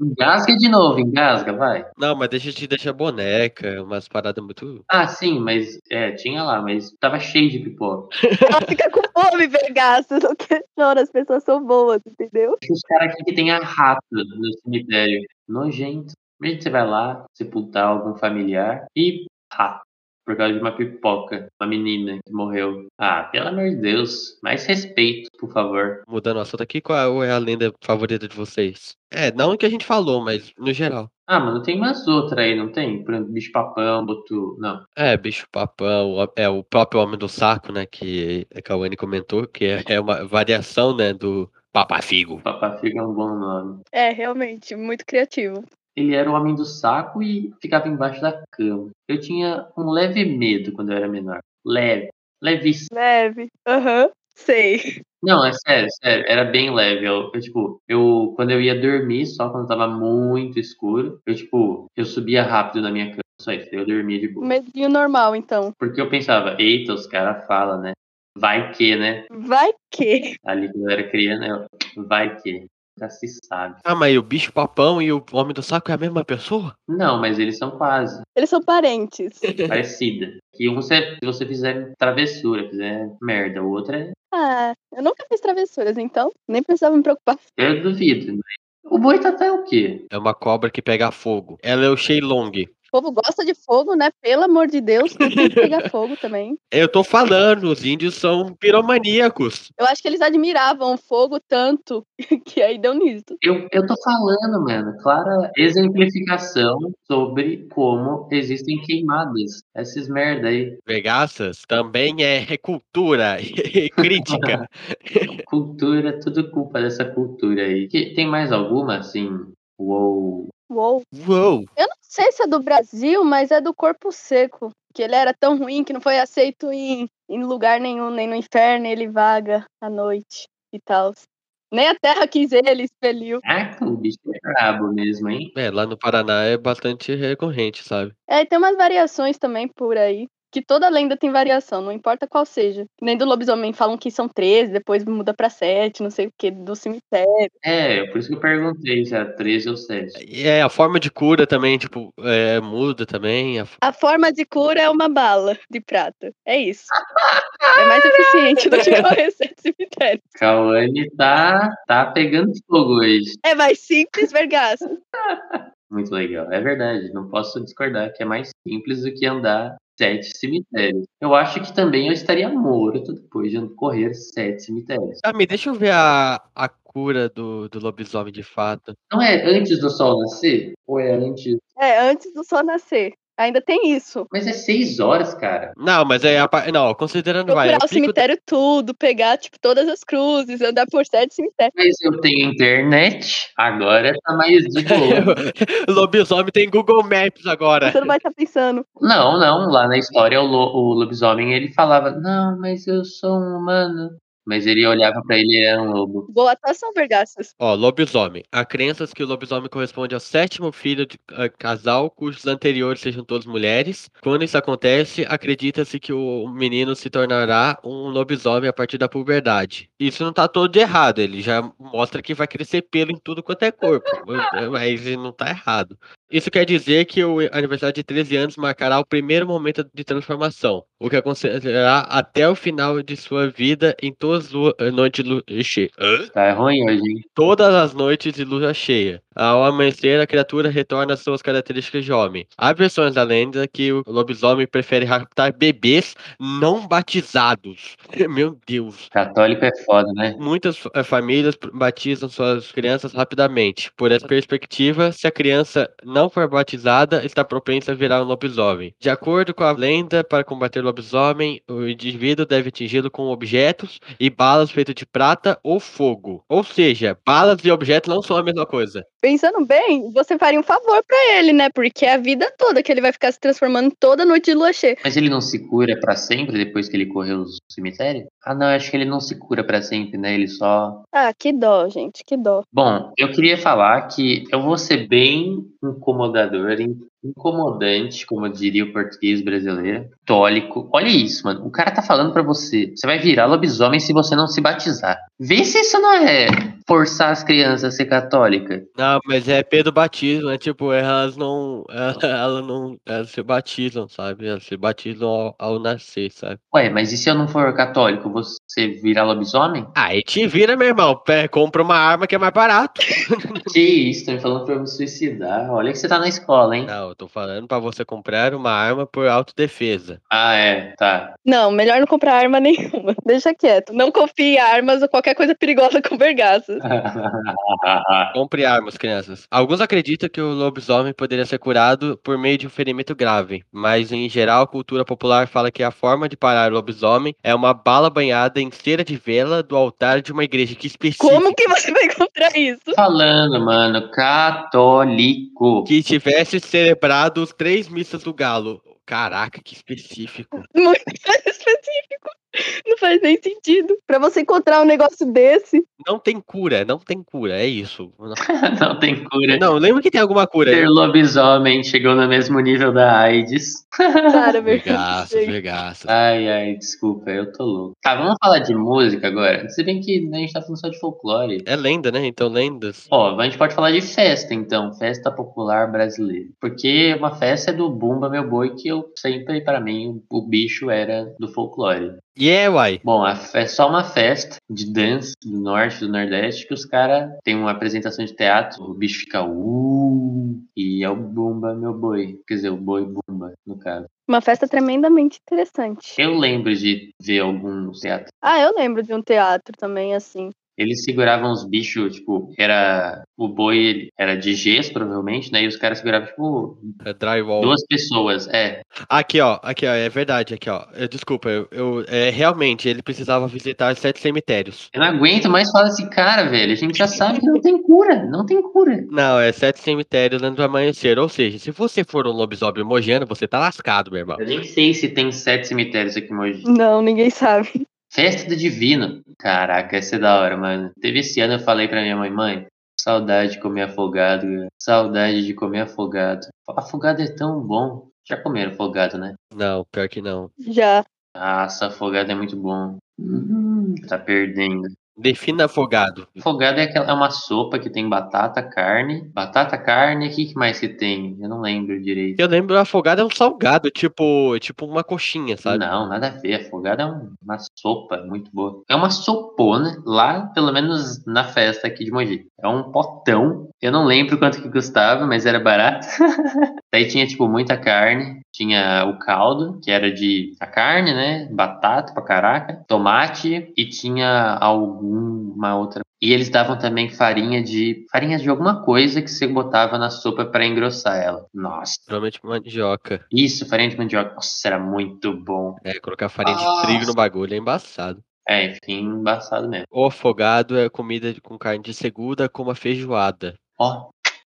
Speaker 2: engasga de novo, engasga, vai.
Speaker 3: Não, mas deixa eu te deixar boneca, umas paradas muito.
Speaker 2: Ah, sim, mas é, tinha lá, mas tava cheio de pipoca.
Speaker 1: Ela fica com fome, Vergar. Você não questiona, as pessoas são boas, entendeu?
Speaker 2: Os caras aqui que tem a rato no cemitério. Nojento. Gente, você vai lá sepultar algum familiar e rato. Por causa de uma pipoca, uma menina que morreu. Ah, pelo amor de Deus. Mais respeito, por favor.
Speaker 3: Mudando o assunto aqui, qual é a lenda favorita de vocês? É, não o que a gente falou, mas no geral.
Speaker 2: Ah, mano, tem umas outras aí, não tem? Por exemplo, bicho papão, botu. Não.
Speaker 3: É, bicho papão, o- é o próprio homem do saco, né? Que a Kawane comentou, que é- é uma variação, né, do papafigo.
Speaker 2: Papafiga é um bom nome.
Speaker 1: É, realmente, muito criativo.
Speaker 2: Ele era o homem do saco e ficava embaixo da cama. Eu tinha um leve medo quando eu era menor. Leve. Levíssimo.
Speaker 1: Leve. Aham. Sei.
Speaker 2: Não, é sério, sério, era bem leve. Eu, eu, tipo, eu quando eu ia dormir, só quando tava muito escuro, eu tipo, eu subia rápido na minha cama, só isso, eu dormia de boa.
Speaker 1: Um Medinho normal, então.
Speaker 2: Porque eu pensava, eita, os caras falam, né? Vai que, né?
Speaker 1: Vai que.
Speaker 2: Ali quando eu era criança, eu, vai que, já se sabe.
Speaker 3: Ah, mas o bicho papão e o homem do saco é a mesma pessoa?
Speaker 2: Não, mas eles são quase
Speaker 1: Eles são parentes.
Speaker 2: parecida. Que um você, se você fizer travessura, fizer merda, o outro é.
Speaker 1: Ah, eu nunca fiz travessuras, então nem precisava me preocupar.
Speaker 2: Eu duvido. né? O boitatá é o quê?
Speaker 3: É uma cobra que pega fogo. Ela é o Shenlong.
Speaker 1: O povo gosta de fogo, né? Pelo amor de Deus, não tem que pegar fogo também.
Speaker 3: Eu tô falando, os índios são piromaníacos.
Speaker 1: Eu acho que eles admiravam o fogo tanto que aí deu nisso.
Speaker 2: Eu, eu tô falando, mano, clara exemplificação sobre como existem queimadas. Essas merda aí.
Speaker 3: Vegaças também é cultura e crítica.
Speaker 2: Cultura, tudo culpa dessa cultura aí. Que- tem mais alguma, assim? Uou.
Speaker 1: Uou.
Speaker 3: Uou!
Speaker 1: Eu não sei se é do Brasil, mas é do corpo seco. Que ele era tão ruim que não foi aceito em, em lugar nenhum, nem no inferno, ele vaga à noite e tal. Nem a terra quis ele, expeliu.
Speaker 2: Caraca, o bicho é brabo mesmo, hein?
Speaker 3: É, lá no Paraná é bastante recorrente, sabe?
Speaker 1: É, e tem umas variações também por aí. Que toda lenda tem variação, não importa qual seja. Que Nem do lobisomem falam que são 13, depois muda pra 7, não sei o que, do cemitério.
Speaker 2: É, por isso que eu perguntei se era 13 ou 7.
Speaker 3: E é, a forma de cura também, tipo, é, muda também. a-
Speaker 1: A forma de cura é uma bala de prata. É isso. É mais eficiente do que correr sete cemitérios.
Speaker 2: Cauane tá, tá pegando fogo hoje.
Speaker 1: É mais simples, vergaço.
Speaker 2: Muito legal, é verdade. Não posso discordar que é mais simples do que andar sete cemitérios. Eu acho que também eu estaria morto depois de correr sete cemitérios.
Speaker 3: Ah, me deixa eu ver a, a cura do, do lobisomem de fato.
Speaker 2: Não é antes do sol nascer? Ou é antes?
Speaker 1: É, antes do sol nascer. Ainda tem isso.
Speaker 2: Mas é seis horas, cara.
Speaker 3: Não, mas é a parte. Não, considerando vai.
Speaker 1: Procurar
Speaker 3: é
Speaker 1: o cemitério tudo, pegar, tipo, todas as cruzes, andar por sete cemitérios.
Speaker 2: Mas eu tenho internet, agora tá mais de boa.
Speaker 3: pico- Lobisomem tem Google Maps agora.
Speaker 1: Você não vai estar pensando.
Speaker 2: não, não, lá na história o, lo- o lobisomem ele falava, não, mas eu sou um humano. Mas ele olhava pra ele e era um lobo.
Speaker 1: Vou até São Vergastas.
Speaker 3: Ó, lobisomem. Há crenças que o lobisomem corresponde ao sétimo filho de ah, casal cujos anteriores sejam todos mulheres. Quando isso acontece, acredita-se que o menino se tornará um lobisomem a partir da puberdade. Isso não tá todo de errado, ele já mostra que vai crescer pelo em tudo quanto é corpo. Mas ele não tá errado. Isso quer dizer que o aniversário de 13 anos marcará o primeiro momento de transformação, o que acontecerá até o final de sua vida em todas as lua- noites lu- Ixi, hã?
Speaker 2: Tá ruim hoje, hein?
Speaker 3: todas as noites de lua cheia. Ao amanhecer, a criatura retorna às suas características de homem. Há versões da lenda que o lobisomem prefere raptar bebês não batizados. Meu Deus.
Speaker 2: Católico é foda, né?
Speaker 3: Muitas fa- famílias batizam suas crianças rapidamente. Por essa perspectiva, se a criança não for batizada, está propensa a virar um lobisomem. De acordo com a lenda, para combater o lobisomem, o indivíduo deve atingi-lo com objetos e balas feitas de prata ou fogo. Ou seja, balas e objetos não são a mesma coisa.
Speaker 1: Pensando bem, você faria um favor pra ele, né? Porque é a vida toda que ele vai ficar se transformando toda noite de lua cheia.
Speaker 2: Mas ele não se cura pra sempre depois que ele correu o cemitério? Ah, não, acho que ele não se cura pra sempre, né? Ele só
Speaker 1: Ah, que dó, gente, que dó.
Speaker 2: Bom, eu queria falar que eu vou ser bem incomodador, in- incomodante, como diria o português brasileiro, tólico. Olha isso, mano. O cara tá falando pra você, você vai virar lobisomem se você não se batizar. Vê se isso não é forçar as crianças a ser católica.
Speaker 3: Não, mas é Pedro batismo, é tipo, elas não. Elas, elas não. Elas se batizam, sabe? Elas se batizam ao- ao nascer, sabe?
Speaker 2: Ué, mas e se eu não for católico, você virar lobisomem?
Speaker 3: Aí te vira, meu irmão. Pé, compra uma arma que é mais barato.
Speaker 2: Que isso, tá me falando pra eu me suicidar. Olha que você tá na escola, hein?
Speaker 3: Não, eu tô falando pra você comprar uma arma por autodefesa.
Speaker 2: Ah, é, tá.
Speaker 1: Não, melhor não comprar arma nenhuma. Deixa quieto. Não confie em armas ou qualquer coisa perigosa com vergastas.
Speaker 2: Ah,
Speaker 3: Compre armas, crianças. Alguns acreditam que o lobisomem poderia ser curado por meio de um ferimento grave, mas em geral a cultura popular fala que a forma de parar o lobisomem é uma bala banhada em cera de vela do altar de uma igreja que específica.
Speaker 1: Como que você vai comprar isso?
Speaker 2: Falando, mano, católico.
Speaker 3: Que tivesse celebrado os três missas do galo. Caraca, que específico.
Speaker 1: Muito específico. Não faz nem sentido. Pra você encontrar um negócio desse,
Speaker 3: Não tem cura, não tem cura, é isso. Não-
Speaker 2: Não tem cura.
Speaker 3: Não, lembra que tem alguma cura.
Speaker 2: Ser lobisomem chegou no mesmo nível da AIDS.
Speaker 1: cara, vergastas.
Speaker 3: Vergaças,
Speaker 1: gente.
Speaker 3: vergaças.
Speaker 2: Ai, ai, desculpa, eu tô louco. Tá, vamos falar de música agora. Se bem que né, a gente tá falando só de folclore.
Speaker 3: É lenda, né? Então, lendas.
Speaker 2: Ó, a gente pode falar de festa, então. Festa popular brasileira. Porque uma festa é do Bumba Meu Boi, que eu sempre, pra mim, o bicho era do folclore.
Speaker 3: E é, uai.
Speaker 2: Bom, a fe- é só uma festa de dança do norte, do nordeste, que os caras têm uma apresentação de teatro, o bicho fica uh, e é o Bumba Meu Boi. Quer dizer, o Boi Bumba, no caso.
Speaker 1: Uma festa tremendamente interessante.
Speaker 2: Eu lembro de ver alguns teatros.
Speaker 1: Ah, eu lembro de um teatro também, assim.
Speaker 2: Eles seguravam os bichos, tipo, era. O boi ele era de gesso, provavelmente, né? E os caras seguravam, tipo,
Speaker 3: É drywall.
Speaker 2: duas pessoas. É.
Speaker 3: Aqui, ó. Aqui, ó. É verdade. Aqui, ó. Eu- desculpa. Eu, eu- é, realmente, ele precisava visitar sete cemitérios.
Speaker 2: Eu não aguento mais falar desse cara, velho. A gente já sabe que não tem cura. Não tem cura.
Speaker 3: Não, é sete cemitérios antes do amanhecer. Ou seja, se você for um lobisomem mojano, você tá lascado, meu irmão.
Speaker 2: Eu É nem sei se tem sete cemitérios aqui em Mogi.
Speaker 1: Não, ninguém sabe.
Speaker 2: Festa do Divino. Caraca, essa é da hora, mano. Teve esse ano eu falei pra minha mãe, mãe, saudade de comer afogado, cara. saudade de comer afogado. Afogado é tão bom. Já comeram afogado, né?
Speaker 3: Não, pior que não.
Speaker 1: Já.
Speaker 2: Nossa, afogado é muito bom. Tá perdendo.
Speaker 3: Defina afogado.
Speaker 2: Afogado é, aquela, é uma sopa que tem batata, carne. Batata, carne, o que, que mais que tem? Eu não lembro direito.
Speaker 3: Eu lembro, afogado é um salgado, tipo, tipo uma coxinha, sabe?
Speaker 2: Não, nada a ver. Afogado é um- uma sopa muito boa. É uma sopona, lá, pelo menos na festa aqui de Mogi. É um potão. Eu não lembro quanto que custava, mas era barato. Daí tinha, tipo, muita carne. Tinha o caldo, que era de a carne, né? Batata pra caraca. Tomate. E tinha alguma outra. E eles davam também farinha de farinha de alguma coisa que você botava na sopa para engrossar ela. Nossa.
Speaker 3: Provavelmente mandioca.
Speaker 2: Isso, farinha de mandioca. Nossa, era muito bom.
Speaker 3: É, colocar farinha de trigo no bagulho é embaçado.
Speaker 2: É, enfim, embaçado mesmo.
Speaker 3: O afogado é comida de- com carne de segunda, como a feijoada.
Speaker 2: Ó,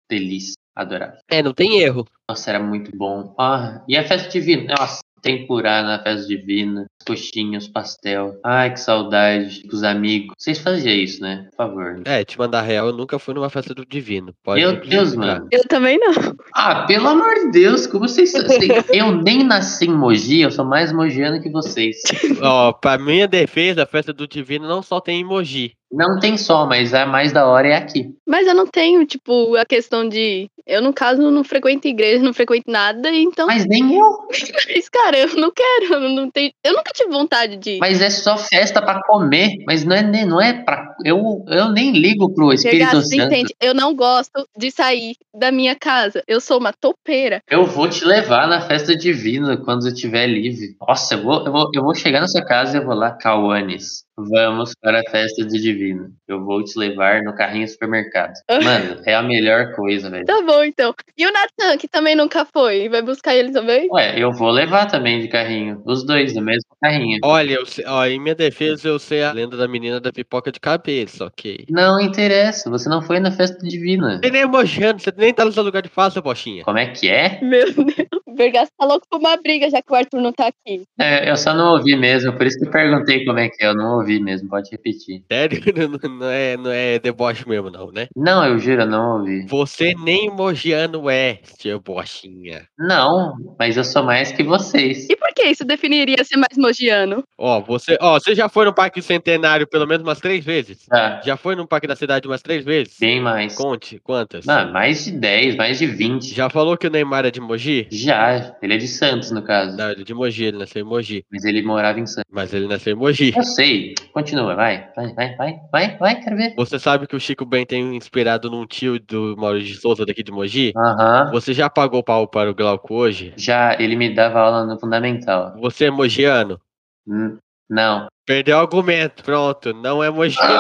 Speaker 2: delícia. Adorava.
Speaker 3: É, não tem erro.
Speaker 2: Nossa, era muito bom. Ah, e a festa divina? Nossa, tempurá na festa divina, coxinhas, pastel. Ai, que saudade com os amigos. Vocês faziam isso, né? Por favor.
Speaker 3: É, te mandar real, eu nunca fui numa festa do divino. Pode
Speaker 2: Meu Deus,
Speaker 3: simplificar.
Speaker 2: mano.
Speaker 1: Eu também não.
Speaker 2: Ah, pelo amor de Deus, como vocês. vocês- eu nem nasci em Mogi, eu sou mais mogiano que vocês.
Speaker 3: Ó, pra minha defesa, a festa do divino não só tem emoji.
Speaker 2: Não tem sol, mas a mais da hora é aqui.
Speaker 1: Mas eu não tenho, tipo, a questão de. Eu, no caso, não frequento igreja, não frequento nada, então.
Speaker 2: Mas nem eu.
Speaker 1: Mas, cara, eu não quero, eu não tenho. Eu nunca tive vontade de.
Speaker 2: Mas é só festa pra comer. Mas não é, nem- não é pra. Eu, eu nem ligo
Speaker 1: Chegar
Speaker 2: pro Espírito
Speaker 1: assim,
Speaker 2: Santo.
Speaker 1: entende? Eu não gosto de sair da minha casa. Eu sou uma topeira.
Speaker 2: Eu vou te levar na festa divina quando eu estiver livre. Nossa, eu vou, eu, vou, eu vou chegar na sua casa e eu vou lá, Cauanes. Vamos para a festa de divina. Eu vou te levar no carrinho do supermercado. Mano, é a melhor coisa, velho.
Speaker 1: Tá bom, então. E o Natan, que também nunca foi, vai buscar ele também?
Speaker 2: Ué, eu vou levar também de carrinho. Os dois, no mesmo carrinho.
Speaker 3: Olha, eu sei- ó, em minha defesa, eu sei a lenda da menina da pipoca de cabeça, ok.
Speaker 2: Não interessa, você não foi na festa divina.
Speaker 3: Você nem é emojiano, você nem tá no seu lugar de fala, sua bochinha.
Speaker 2: Como é que é?
Speaker 1: Meu Deus. O Vergas tá louco por uma briga, já que o Arthur não tá aqui.
Speaker 2: É, Eu só não ouvi mesmo, por isso que eu perguntei como é que é. Eu não ouvi mesmo, pode repetir.
Speaker 3: Sério, não, não é, não é deboche mesmo, não, né?
Speaker 2: Não, eu juro, eu não ouvi.
Speaker 3: Você nem emojiano é, sua bochinha.
Speaker 2: Não, mas eu sou mais que vocês.
Speaker 1: E por que isso definiria ser mais mogiano?
Speaker 3: Ó, você, ó, você já foi no Parque Centenário pelo menos umas três vezes?
Speaker 2: Tá,
Speaker 3: Já foi no Parque da Cidade umas três vezes?
Speaker 2: bem mais.
Speaker 3: Conte, quantas?
Speaker 2: Não, mais de 10, mais de 20. Já.
Speaker 3: Já falou que o Neymar é de Mogi?
Speaker 2: ele é de Santos, no caso.
Speaker 3: Não, ele é de Mogi, ele nasceu em Mogi.
Speaker 2: Mas ele morava em Santos.
Speaker 3: Mas ele nasceu em Mogi.
Speaker 2: Eu sei. Continua, vai. Vai, vai, vai, vai, vai, quero ver.
Speaker 3: Você sabe que o Chico Ben tem inspirado num tio do Maurício de Souza daqui de Mogi?
Speaker 2: Aham.
Speaker 3: Você já pagou pau para o Glauco hoje?
Speaker 2: Já, ele me dava aula no Fundamental.
Speaker 3: Você é mogiano?
Speaker 2: Hum, Não.
Speaker 3: Perdeu o argumento, pronto, não é mogiano.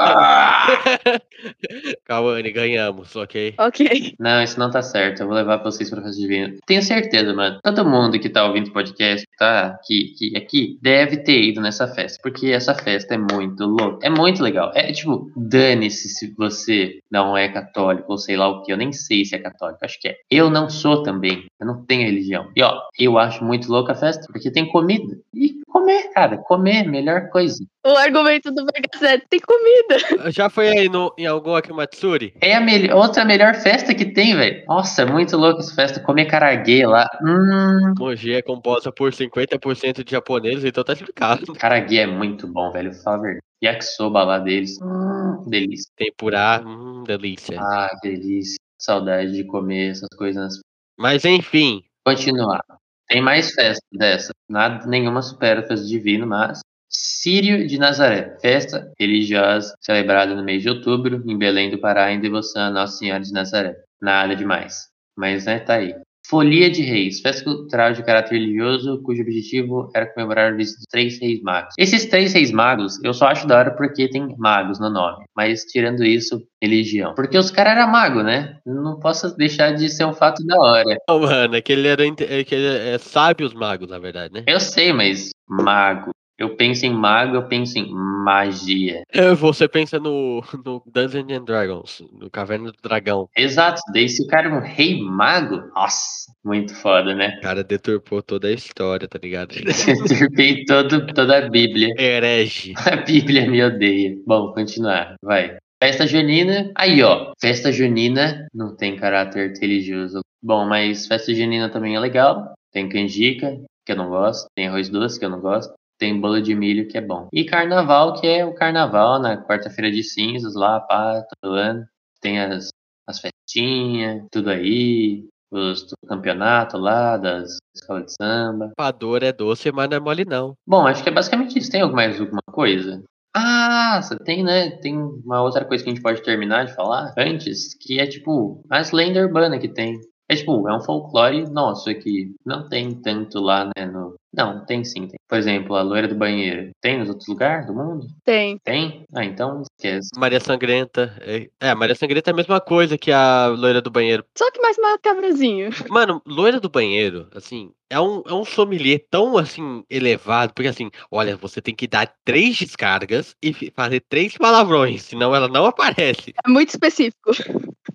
Speaker 3: Cauane, ganhamos, ok?
Speaker 1: Ok.
Speaker 2: Não, isso não tá certo. Eu vou levar pra vocês pra festa divina. Tenho certeza, mano. Todo mundo que tá ouvindo o podcast, que tá aqui, que, aqui, deve ter ido nessa festa. Porque essa festa é muito louca. É muito legal. É tipo, dane-se se você não é católico ou sei lá o que. Eu nem sei se é católico. Acho que é. Eu não sou também. Eu não tenho religião. E ó, eu acho muito louca a festa porque tem comida. E comer, cara. Comer é a melhor coisa.
Speaker 1: O argumento do Vergas é: tem comida.
Speaker 3: Já foi aí no, em algum Akimatsuri?
Speaker 2: É a mel- outra melhor festa que tem, velho. Nossa, é muito louca essa festa. Comer caraguê lá. Hum.
Speaker 3: Mogi é composta por 50% de japoneses, então tá explicado.
Speaker 2: Karaguê é muito bom, velho. Fala a verdade. é Yakisoba lá deles. Hum, delícia.
Speaker 3: Tempurá, hum, delícia.
Speaker 2: Ah, delícia. Saudade de comer essas coisas.
Speaker 3: Mas enfim,
Speaker 2: Continuar. Tem mais festa dessa. Nada, nenhuma supera a festa divina, mas. Sírio de Nazaré, festa religiosa celebrada no mês de outubro em Belém do Pará em devoção a Nossa Senhora de Nazaré. Nada demais, mas né, tá aí. Folia de Reis, festa cultural de caráter religioso, cujo objetivo era comemorar a visita dos três reis magos. Esses três reis magos, eu só acho da hora porque tem magos no nome, mas tirando isso, religião. Porque os caras eram magos, né? Não posso deixar de ser um fato da hora.
Speaker 3: não, mano, é que ele era inte- é que ele é sábio os magos, na verdade, né?
Speaker 2: Eu sei, mas mago. Eu penso em mago, eu penso em magia.
Speaker 3: É, Você pensa no, no Dungeons and Dragons, no Caverna do Dragão.
Speaker 2: Exato, daí se o cara é um rei mago, nossa, muito foda, né?
Speaker 3: O cara deturpou toda a história, tá ligado?
Speaker 2: Deturpei todo, toda a Bíblia.
Speaker 3: Herege.
Speaker 2: A Bíblia me odeia. Bom, continuar, vai. Festa junina, aí ó, festa junina não tem caráter religioso. Bom, mas festa junina também é legal. Tem canjica, que eu não gosto. Tem arroz doce, que eu não gosto. Tem bolo de milho, que é bom. E carnaval, que é o carnaval na quarta-feira de cinzas, lá, pá, todo ano. Tem as, as festinhas, tudo aí. Os campeonatos lá, das escolas de samba.
Speaker 3: Rapador é doce, mas não é mole, não.
Speaker 2: Bom, acho que é basicamente isso. Tem alguma- mais alguma coisa? Ah, você tem, né? Tem uma outra coisa que a gente pode terminar de falar antes, que é tipo as lendas urbanas que tem. É tipo, é um folclore nosso aqui. Não tem tanto lá, né, no Não, tem sim. Tem. Por exemplo, a loira do banheiro. Tem nos outros lugares do mundo?
Speaker 1: Tem.
Speaker 2: Tem? Ah, então esquece.
Speaker 3: Maria Sangrenta. É, é, a Maria Sangrenta é a mesma coisa que a loira do banheiro.
Speaker 1: Só que mais macabrazinho.
Speaker 3: Mano, loira do banheiro, assim, é um, é um sommelier tão, assim, elevado, porque, assim, olha, você tem que dar três descargas e fi- fazer três palavrões, senão ela não aparece.
Speaker 1: É muito específico.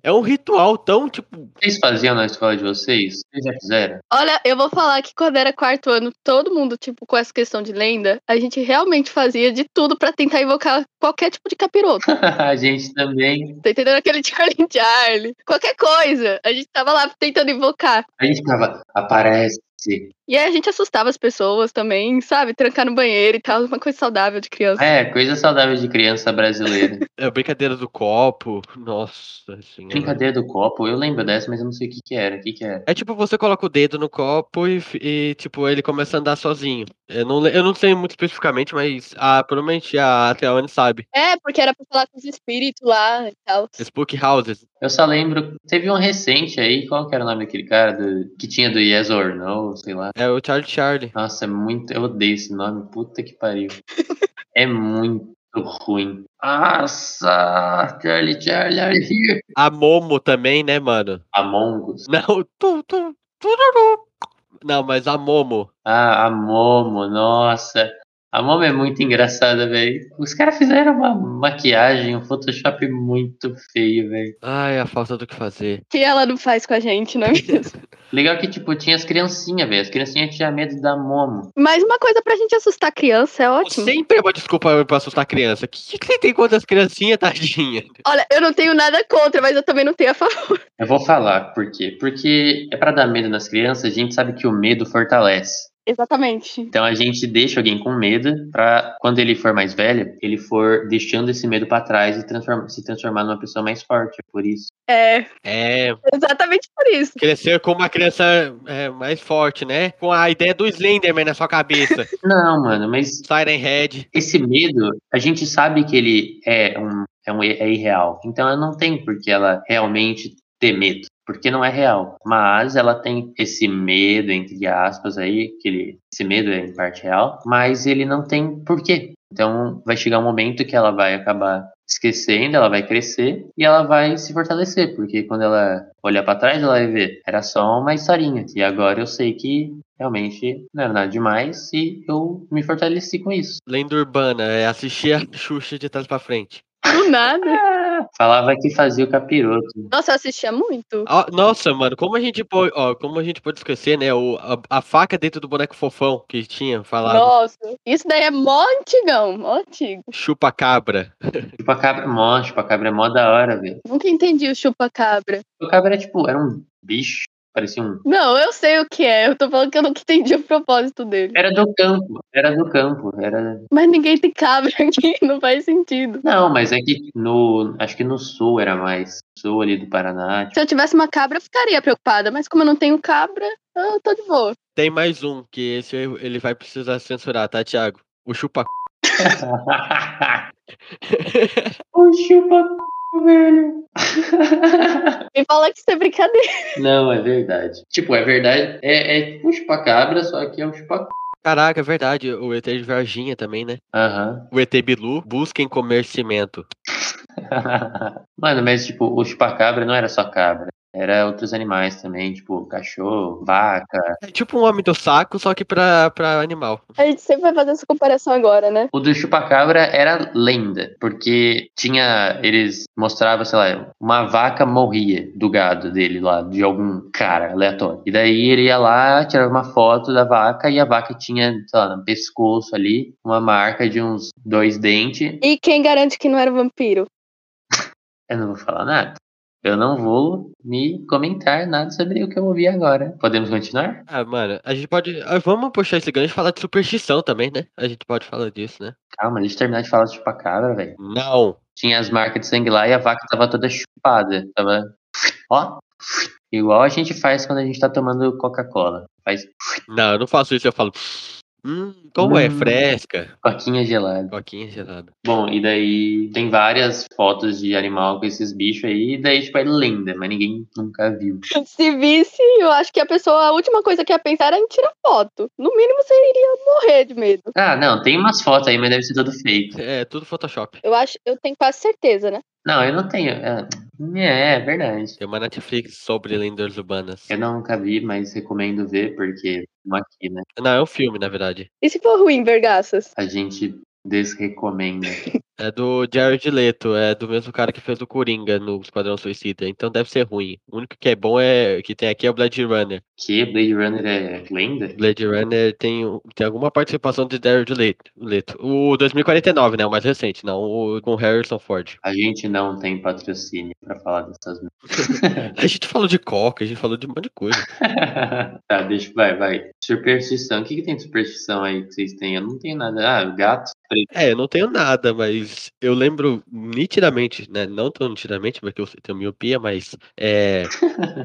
Speaker 3: É um ritual tão, tipo,
Speaker 2: Vocês faziam na escola de vocês? Vocês já fizeram?
Speaker 1: Olha, eu vou falar que quando era quarto ano, todo mundo, tipo, com essa questão de lenda, a gente realmente fazia de tudo pra tentar invocar qualquer tipo de capiroto.
Speaker 2: a gente também.
Speaker 1: Tá entendendo? Aquele Charlie Charlie, qualquer coisa. A gente tava lá tentando invocar.
Speaker 2: A gente ficava, aparece.
Speaker 1: E aí a gente assustava as pessoas também, sabe? Trancar no banheiro e tal, uma coisa saudável de criança.
Speaker 2: É, coisa saudável de criança brasileira.
Speaker 3: é, brincadeira do copo. Nossa senhora.
Speaker 2: Brincadeira é do copo, eu lembro dessa, mas eu não sei o que que era. O que que era?
Speaker 3: É tipo, você coloca o dedo no copo e, fi- e, tipo, ele começa a andar sozinho. Eu não, le- eu não sei muito especificamente, mas a, provavelmente a Teone sabe.
Speaker 1: É, porque era pra falar com os espíritos lá e tal.
Speaker 3: Spook Houses.
Speaker 2: Eu só lembro, teve um recente aí, qual que era o nome daquele cara do- que tinha do Yes or No, sei lá.
Speaker 3: É o Charlie Charlie.
Speaker 2: Nossa, é muito, eu odeio esse nome, puta que pariu. É muito ruim. Nossa, Charlie, Charlie, are you here?
Speaker 3: A Momo também, né, mano?
Speaker 2: Among Us.
Speaker 3: Não, tu, tu, tururu. Não, mas a Momo.
Speaker 2: Ah, a Momo, nossa. A Momo é muito engraçada, velho. Os caras fizeram uma maquiagem, um Photoshop muito feio, velho.
Speaker 3: Ai, a falta do que fazer.
Speaker 1: Que ela não faz com a gente, não é mesmo?
Speaker 2: Legal que, tipo, tinha as criancinhas, velho. As criancinhas tinham medo da Momo.
Speaker 1: Mas uma coisa pra gente assustar a criança é ótimo.
Speaker 3: Sempre é uma desculpa pra assustar a criança. O que, que você tem contra as criancinhas, tadinha?
Speaker 1: Olha, eu não tenho nada contra, mas eu também não tenho a favor.
Speaker 2: Eu vou falar por quê. Porque é pra dar medo nas crianças, a gente sabe que o medo fortalece.
Speaker 1: Exatamente.
Speaker 2: Então a gente deixa alguém com medo pra quando ele for mais velho, ele for deixando esse medo pra trás e transform- se transformar numa pessoa mais forte. É por isso.
Speaker 1: É,
Speaker 3: É,
Speaker 1: exatamente por isso.
Speaker 3: crescer como uma criança é, mais forte, né? Com a ideia do Slenderman na sua cabeça.
Speaker 2: Não, mano, mas
Speaker 3: Siren Head.
Speaker 2: esse medo, a gente sabe que ele é um é, um, é irreal. Então ela não tem por que ela realmente ter medo, porque não é real. Mas ela tem esse medo entre aspas aí, que ele, esse medo é em parte real, mas ele não tem porquê. Então vai chegar um momento que ela vai acabar esquecendo, ela vai crescer e ela vai se fortalecer, porque quando ela olhar pra trás, ela vai ver, era só uma historinha, e agora eu sei que realmente não era nada demais e eu me fortaleci com isso.
Speaker 3: Lenda Urbana, é assistir a Xuxa de trás pra frente.
Speaker 1: Do nada.
Speaker 2: Falava que fazia o capiroto.
Speaker 1: Nossa, eu assistia muito.
Speaker 3: Ó, nossa, mano, como a gente pode, ó, como a gente pode esquecer, né? O, a, a faca dentro do boneco fofão que tinha falado.
Speaker 1: Nossa, isso daí é mó antigão, mó antigo.
Speaker 3: Chupa cabra.
Speaker 2: Chupacabra é mó, chupacabra é mó da hora, velho.
Speaker 1: Nunca entendi o chupa-cabra.
Speaker 2: Chupacabra era tipo, era um bicho, parecia um.
Speaker 1: Não, eu sei o que é. Eu tô falando que eu nunca entendi o propósito dele.
Speaker 2: Era do campo, era do campo, era.
Speaker 1: Mas ninguém tem cabra aqui, não faz sentido.
Speaker 2: Não, mas é que no. Acho que no sul era mais. Sul ali do Paraná. tipo,
Speaker 1: Se eu tivesse uma cabra, eu ficaria preocupada. Mas como eu não tenho cabra, eu tô de boa.
Speaker 3: Tem mais um, que esse ele vai precisar censurar, tá, Thiago? O chupa c****.
Speaker 2: o chupa velho.
Speaker 1: Quem fala que isso é brincadeira.
Speaker 2: Não, é verdade. Tipo, é verdade. É, é tipo um chupacabra, só que é um chupa.
Speaker 3: Caraca, é verdade. O ET de Varginha também, né?
Speaker 2: Aham.
Speaker 3: O ET Bilu, busquem comer cimento.
Speaker 2: Mano, mas tipo, o chupacabra não era só cabra. Era outros animais também, tipo cachorro, vaca.
Speaker 3: É tipo um homem do saco, só que pra, pra animal.
Speaker 1: A gente sempre vai fazer essa comparação agora, né?
Speaker 2: O do chupacabra era lenda, porque tinha. Eles mostravam, sei lá, uma vaca morria do gado dele lá, de algum cara aleatório. E daí ele ia lá, tirava uma foto da vaca e a vaca tinha, sei lá, no pescoço ali, uma marca de uns dois dentes.
Speaker 1: E quem garante que não era um vampiro?
Speaker 2: Eu não vou falar nada. Eu não vou me comentar nada sobre o que eu ouvi agora. Podemos continuar?
Speaker 3: Ah, mano, a gente pode. ah, Vamos puxar esse gancho e falar de superstição também, né? A gente pode falar disso, né?
Speaker 2: Calma, deixa eu terminar de falar do chupacabra, velho.
Speaker 3: Não.
Speaker 2: tinha as marcas de sangue lá e a vaca tava toda chupada. Tava. Ó. Igual a gente faz quando a gente tá tomando Coca-Cola. Faz.
Speaker 3: Não, eu não faço isso, eu falo. Hum, como é? Fresca.
Speaker 2: Coquinha gelada.
Speaker 3: Coquinha gelada.
Speaker 2: Bom, e daí tem várias fotos de animal com esses bichos aí, e daí, tipo, é lenda, mas ninguém nunca viu.
Speaker 1: Se visse, eu acho que a pessoa, a última coisa que ia pensar era em tirar foto. No mínimo, você iria morrer de medo.
Speaker 2: Ah, não, tem umas fotos aí, mas deve ser tudo fake.
Speaker 3: É, tudo Photoshop.
Speaker 1: Eu acho, eu tenho quase certeza, né?
Speaker 2: Não, eu não tenho. É, é, é verdade.
Speaker 3: Tem uma Netflix sobre lendas urbanas.
Speaker 2: Eu nunca vi, mas recomendo ver, porque estamos aqui, né?
Speaker 3: Não, é um filme, na verdade.
Speaker 1: E se for ruim, Vergaças?
Speaker 2: A gente desrecomenda.
Speaker 3: É do Jared Leto, é do mesmo cara que fez o Coringa no Esquadrão Suicida, então deve ser ruim. O único que é bom é que tem aqui é o Blade Runner.
Speaker 2: Que Blade Runner é lenda?
Speaker 3: Blade Runner tem, um, tem alguma participação de Jared Leto, Leto. O 2049, né? O mais recente, não. O com Harrison Ford.
Speaker 2: A gente não tem patrocínio pra falar dessas
Speaker 3: A gente falou de coca, a gente falou de um monte de coisa.
Speaker 2: tá, deixa, vai, vai. Superstição. O que, que tem de superstição aí que vocês têm? Eu não tenho nada. Ah, gato preto.
Speaker 3: É, eu não tenho nada, mas eu lembro nitidamente, né? Não tão nitidamente, porque eu tenho miopia, mas é.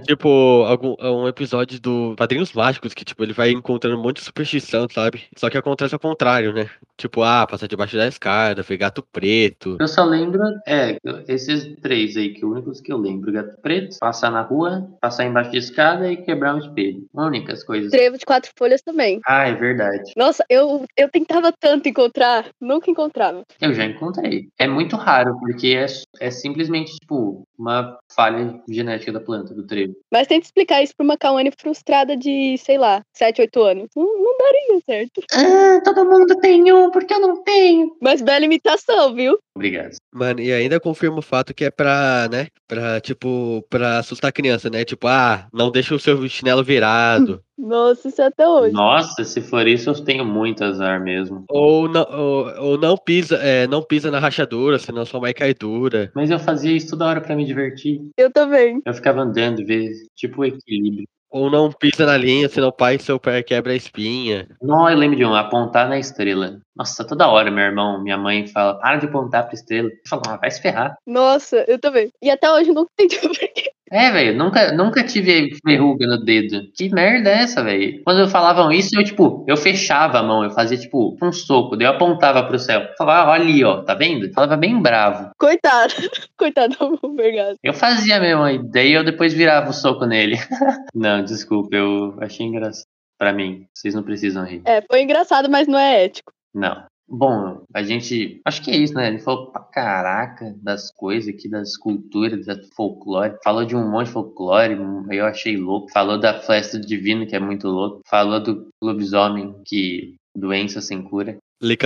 Speaker 3: tipo, algum, um episódio do Padrinhos Mágicos que, tipo, ele vai encontrando um monte de superstição, sabe? Só que acontece ao contrário, né? Tipo, ah, passar debaixo da escada, ver gato preto.
Speaker 2: Eu só lembro, é, esses três aí, que únicos que eu lembro: gato preto, passar na rua, passar embaixo de escada e quebrar um espelho. Únicas coisas.
Speaker 1: Trevo de quatro folhas também.
Speaker 2: Ah, é verdade.
Speaker 1: Nossa, eu, eu tentava tanto encontrar, nunca encontrava.
Speaker 2: Eu já encontrei. É muito raro, porque é, é simplesmente, tipo, uma falha genética da planta, do trevo.
Speaker 1: Mas tenta explicar isso pra uma Kawane frustrada de, sei lá, 7, 8 anos. Não, não daria certo.
Speaker 2: Ah, todo mundo tem um, porque eu não tenho.
Speaker 1: Mas bela imitação, viu?
Speaker 2: Obrigado.
Speaker 3: Mano, e ainda confirma o fato que é pra, né? Pra, tipo, pra assustar a criança, né? Tipo, ah, não deixa o seu chinelo virado.
Speaker 1: Nossa, isso é até hoje.
Speaker 2: Nossa, se for isso, eu tenho muito azar mesmo.
Speaker 3: Ou não, ou, ou não pisa, é, não pisa na rachadura, senão sua mãe cai dura.
Speaker 2: Mas eu fazia isso toda hora pra me divertir.
Speaker 1: Eu também.
Speaker 2: Eu ficava andando, ver, tipo, o equilíbrio.
Speaker 3: Ou não pisa na linha, senão o pai seu pé quebra a espinha.
Speaker 2: Não, eu lembro de um, apontar na estrela. Nossa, toda hora, meu irmão, minha mãe fala, para de apontar pra estrela. Eu falo, ah, vai se ferrar.
Speaker 1: Nossa, eu também. E até hoje eu não entendi o porquê.
Speaker 2: É, velho, nunca, nunca tive verruga no dedo. Que merda é essa, velho? Quando falavam isso, eu, tipo, eu fechava a mão, eu fazia, tipo, um soco, daí eu apontava pro céu. Falava, olha ali, ó, tá vendo? Falava bem bravo.
Speaker 1: Coitado, coitado do Vergaço.
Speaker 2: Eu fazia mesmo, aí daí eu depois virava o soco nele. não, desculpa, eu achei engraçado. Pra mim, vocês não precisam rir.
Speaker 1: É, foi engraçado, mas não é ético.
Speaker 2: Não. Bom, a gente. Acho que é isso, né? Ele falou pra caraca das coisas aqui, das culturas, da folclore. Falou de um monte de folclore, eu achei louco. Falou da festa do divino, que é muito louco. Falou do lobisomem, que doença sem cura.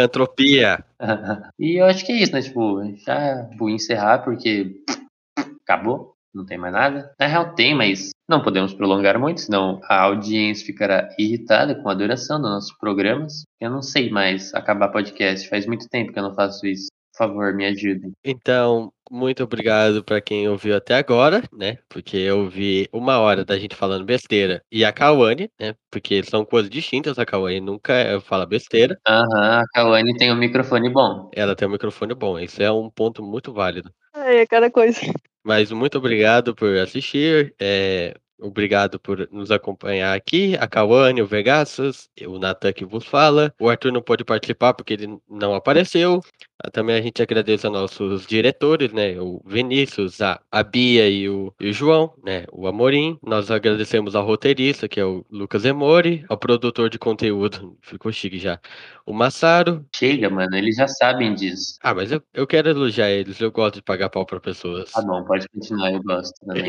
Speaker 3: Licantropia.
Speaker 2: e eu acho que é isso, né? Tipo, já vou encerrar porque. Acabou? Não tem mais nada? Na real, tem, mas não podemos prolongar muito, senão a audiência ficará irritada com a duração dos nossos programas. Eu não sei mais acabar podcast, faz muito tempo que eu não faço isso. Por favor, me ajudem.
Speaker 3: Então, muito obrigado para quem ouviu até agora, né? Porque eu ouvi uma hora da gente falando besteira e a Kawane, né? Porque são coisas distintas. A Kawane nunca fala besteira.
Speaker 2: Aham, a Kawane tem um microfone bom.
Speaker 3: Ela tem um microfone bom. Isso é um ponto muito válido.
Speaker 1: É, cada coisa.
Speaker 3: Mas muito obrigado por assistir. É, obrigado por nos acompanhar aqui. A Cauane, o Vegaças, o Natan que vos fala. O Arthur não pôde participar porque ele não apareceu. Ah, Também a gente agradece aos nossos diretores, né? O Vinícius, a, a Bia e o, e o João, né? O Amorim. Nós agradecemos ao roteirista, que é o Lucas Emori, ao produtor de conteúdo, ficou chique já, o Massaro.
Speaker 2: Chega, mano, eles já sabem disso.
Speaker 3: Ah, mas eu, eu quero elogiar eles, eu gosto de pagar pau para pessoas.
Speaker 2: Tá bom, pode continuar, eu gosto também.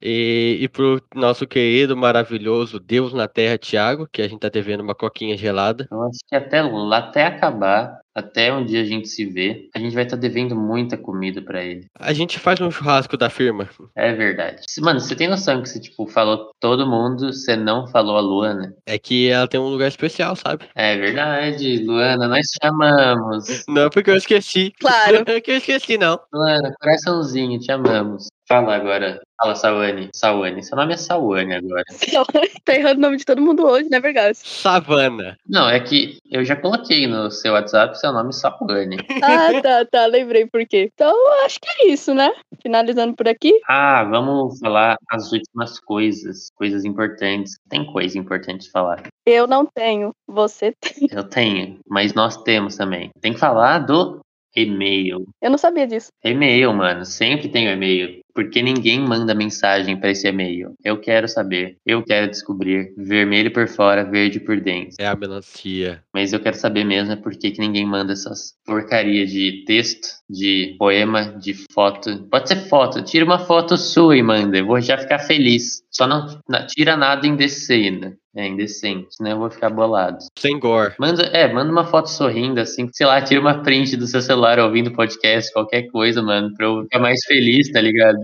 Speaker 3: e, e pro nosso querido, maravilhoso Deus na Terra, Thiago, que a gente tá devendo uma coquinha gelada.
Speaker 2: Eu acho que até lá, até acabar, até um dia a gente se vê, a gente vai estar tá devendo muita comida para ele.
Speaker 3: A gente faz um churrasco da firma.
Speaker 2: É verdade. Mano, você tem noção que você, tipo, falou todo mundo, você não falou a Luana?
Speaker 3: É que ela tem um lugar especial, sabe?
Speaker 2: É verdade, Luana, nós chamamos.
Speaker 3: Não, é porque eu esqueci.
Speaker 1: Claro.
Speaker 3: que eu esqueci, não.
Speaker 2: Luana, coraçãozinho, te amamos. Fala agora. Fala, Sawane. Sawane. Seu nome é Sawane agora.
Speaker 1: tá errando o nome de todo mundo hoje, né, Vergas?
Speaker 3: Savana.
Speaker 2: Não, é que eu já coloquei no seu WhatsApp seu nome Sawane.
Speaker 1: Ah, tá, tá, lembrei por quê. Então, acho que é isso, né? Finalizando por aqui.
Speaker 2: Ah, vamos falar as últimas coisas. Coisas importantes. Tem coisa importante de falar.
Speaker 1: Eu não tenho, você tem.
Speaker 2: Eu tenho, mas nós temos também. Tem que falar do e-mail.
Speaker 1: Eu não sabia disso.
Speaker 2: E-mail, mano. Sempre tem o e-mail. Porque ninguém manda mensagem pra esse e-mail. Eu quero saber. Eu quero descobrir. Vermelho por fora, verde por dentro.
Speaker 3: É a melancia.
Speaker 2: Mas eu quero saber mesmo é por que, que ninguém manda essas porcaria de texto, de poema, de foto. Pode ser foto. Tira uma foto sua e manda. Eu vou já ficar feliz. Só não, não tira nada indecente. É indecente, né? Eu vou ficar bolado.
Speaker 3: Sem gore.
Speaker 2: Manda, é, manda uma foto sorrindo, assim, sei lá, tira uma print do seu celular ouvindo podcast, qualquer coisa, mano, pra eu ficar mais feliz, tá ligado?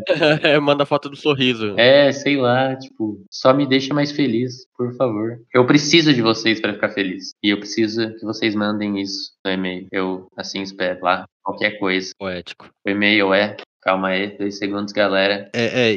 Speaker 3: É, Manda foto do sorriso.
Speaker 2: É, sei lá, tipo, só me deixa mais feliz, por favor. Eu preciso de vocês pra ficar feliz. E eu preciso que vocês mandem isso no e-mail. Eu, assim, espero lá, qualquer coisa.
Speaker 3: Poético.
Speaker 2: O e-mail é Calma aí, dois segundos, galera.
Speaker 3: É, é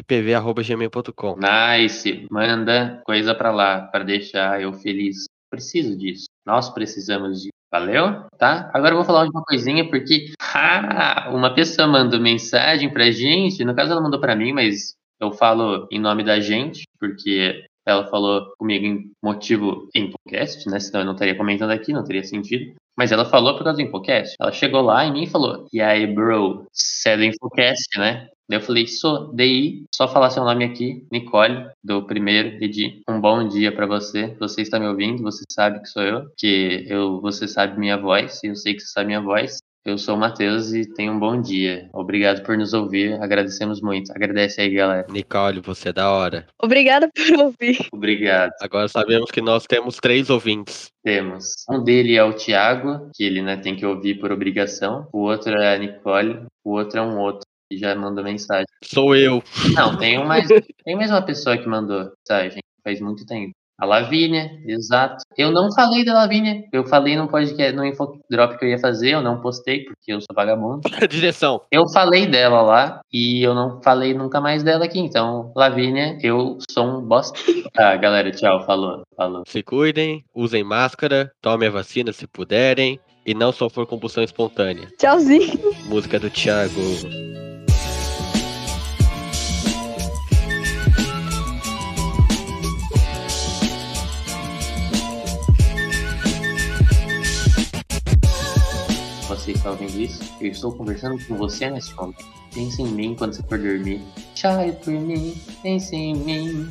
Speaker 3: infocast.etecpv.gmail.com.
Speaker 2: Nice. Manda coisa pra lá, pra deixar eu feliz. Preciso disso. Nós precisamos disso. Valeu? Tá? Agora eu vou falar de uma coisinha, porque ah, uma pessoa mandou mensagem pra gente. No caso, ela mandou pra mim, mas eu falo em nome da gente, porque ela falou comigo em motivo em podcast, né? Senão eu não estaria comentando aqui, não teria sentido. Mas ela falou por causa do Infocast. Ela chegou lá em mim e falou: E aí, bro, você é do Infocast, né? Daí eu falei: Sou, DI, só falar seu nome aqui, Nicole, do primeiro, Edi. Um bom dia para você. Você está me ouvindo, você sabe que sou eu, que eu, você sabe minha voz, e eu sei que você sabe minha voz. Eu sou o Matheus e tenha um bom dia. Obrigado por nos ouvir, agradecemos muito. Agradece aí, galera.
Speaker 3: Nicole, você é da hora.
Speaker 1: Obrigada por ouvir.
Speaker 2: Obrigado.
Speaker 3: Agora sabemos que nós temos três ouvintes.
Speaker 2: Temos. Um dele é o Thiago, que ele né, tem que ouvir por obrigação. O outro é a Nicole. O outro é um outro que já mandou mensagem.
Speaker 3: Sou eu.
Speaker 2: Não, tem um mais, tem mais uma pessoa que mandou mensagem faz muito tempo. A Lavínia, exato. Eu não falei da Lavínia. Eu falei no podcast, no infodrop que eu ia fazer, eu não postei, porque eu sou vagabundo.
Speaker 3: Direção.
Speaker 2: Eu falei dela lá e eu não falei nunca mais dela aqui. Então, Lavínia, eu sou um bosta. Tá, galera, tchau. Falou, falou.
Speaker 3: Se cuidem, usem máscara, tomem a vacina se puderem e não só for combustão espontânea.
Speaker 1: Tchauzinho.
Speaker 3: Música do Thiago.
Speaker 2: Você está ouvindo isso? Eu estou conversando com você neste momento. Pense em mim quando você for dormir. Chore por mim, pense em mim.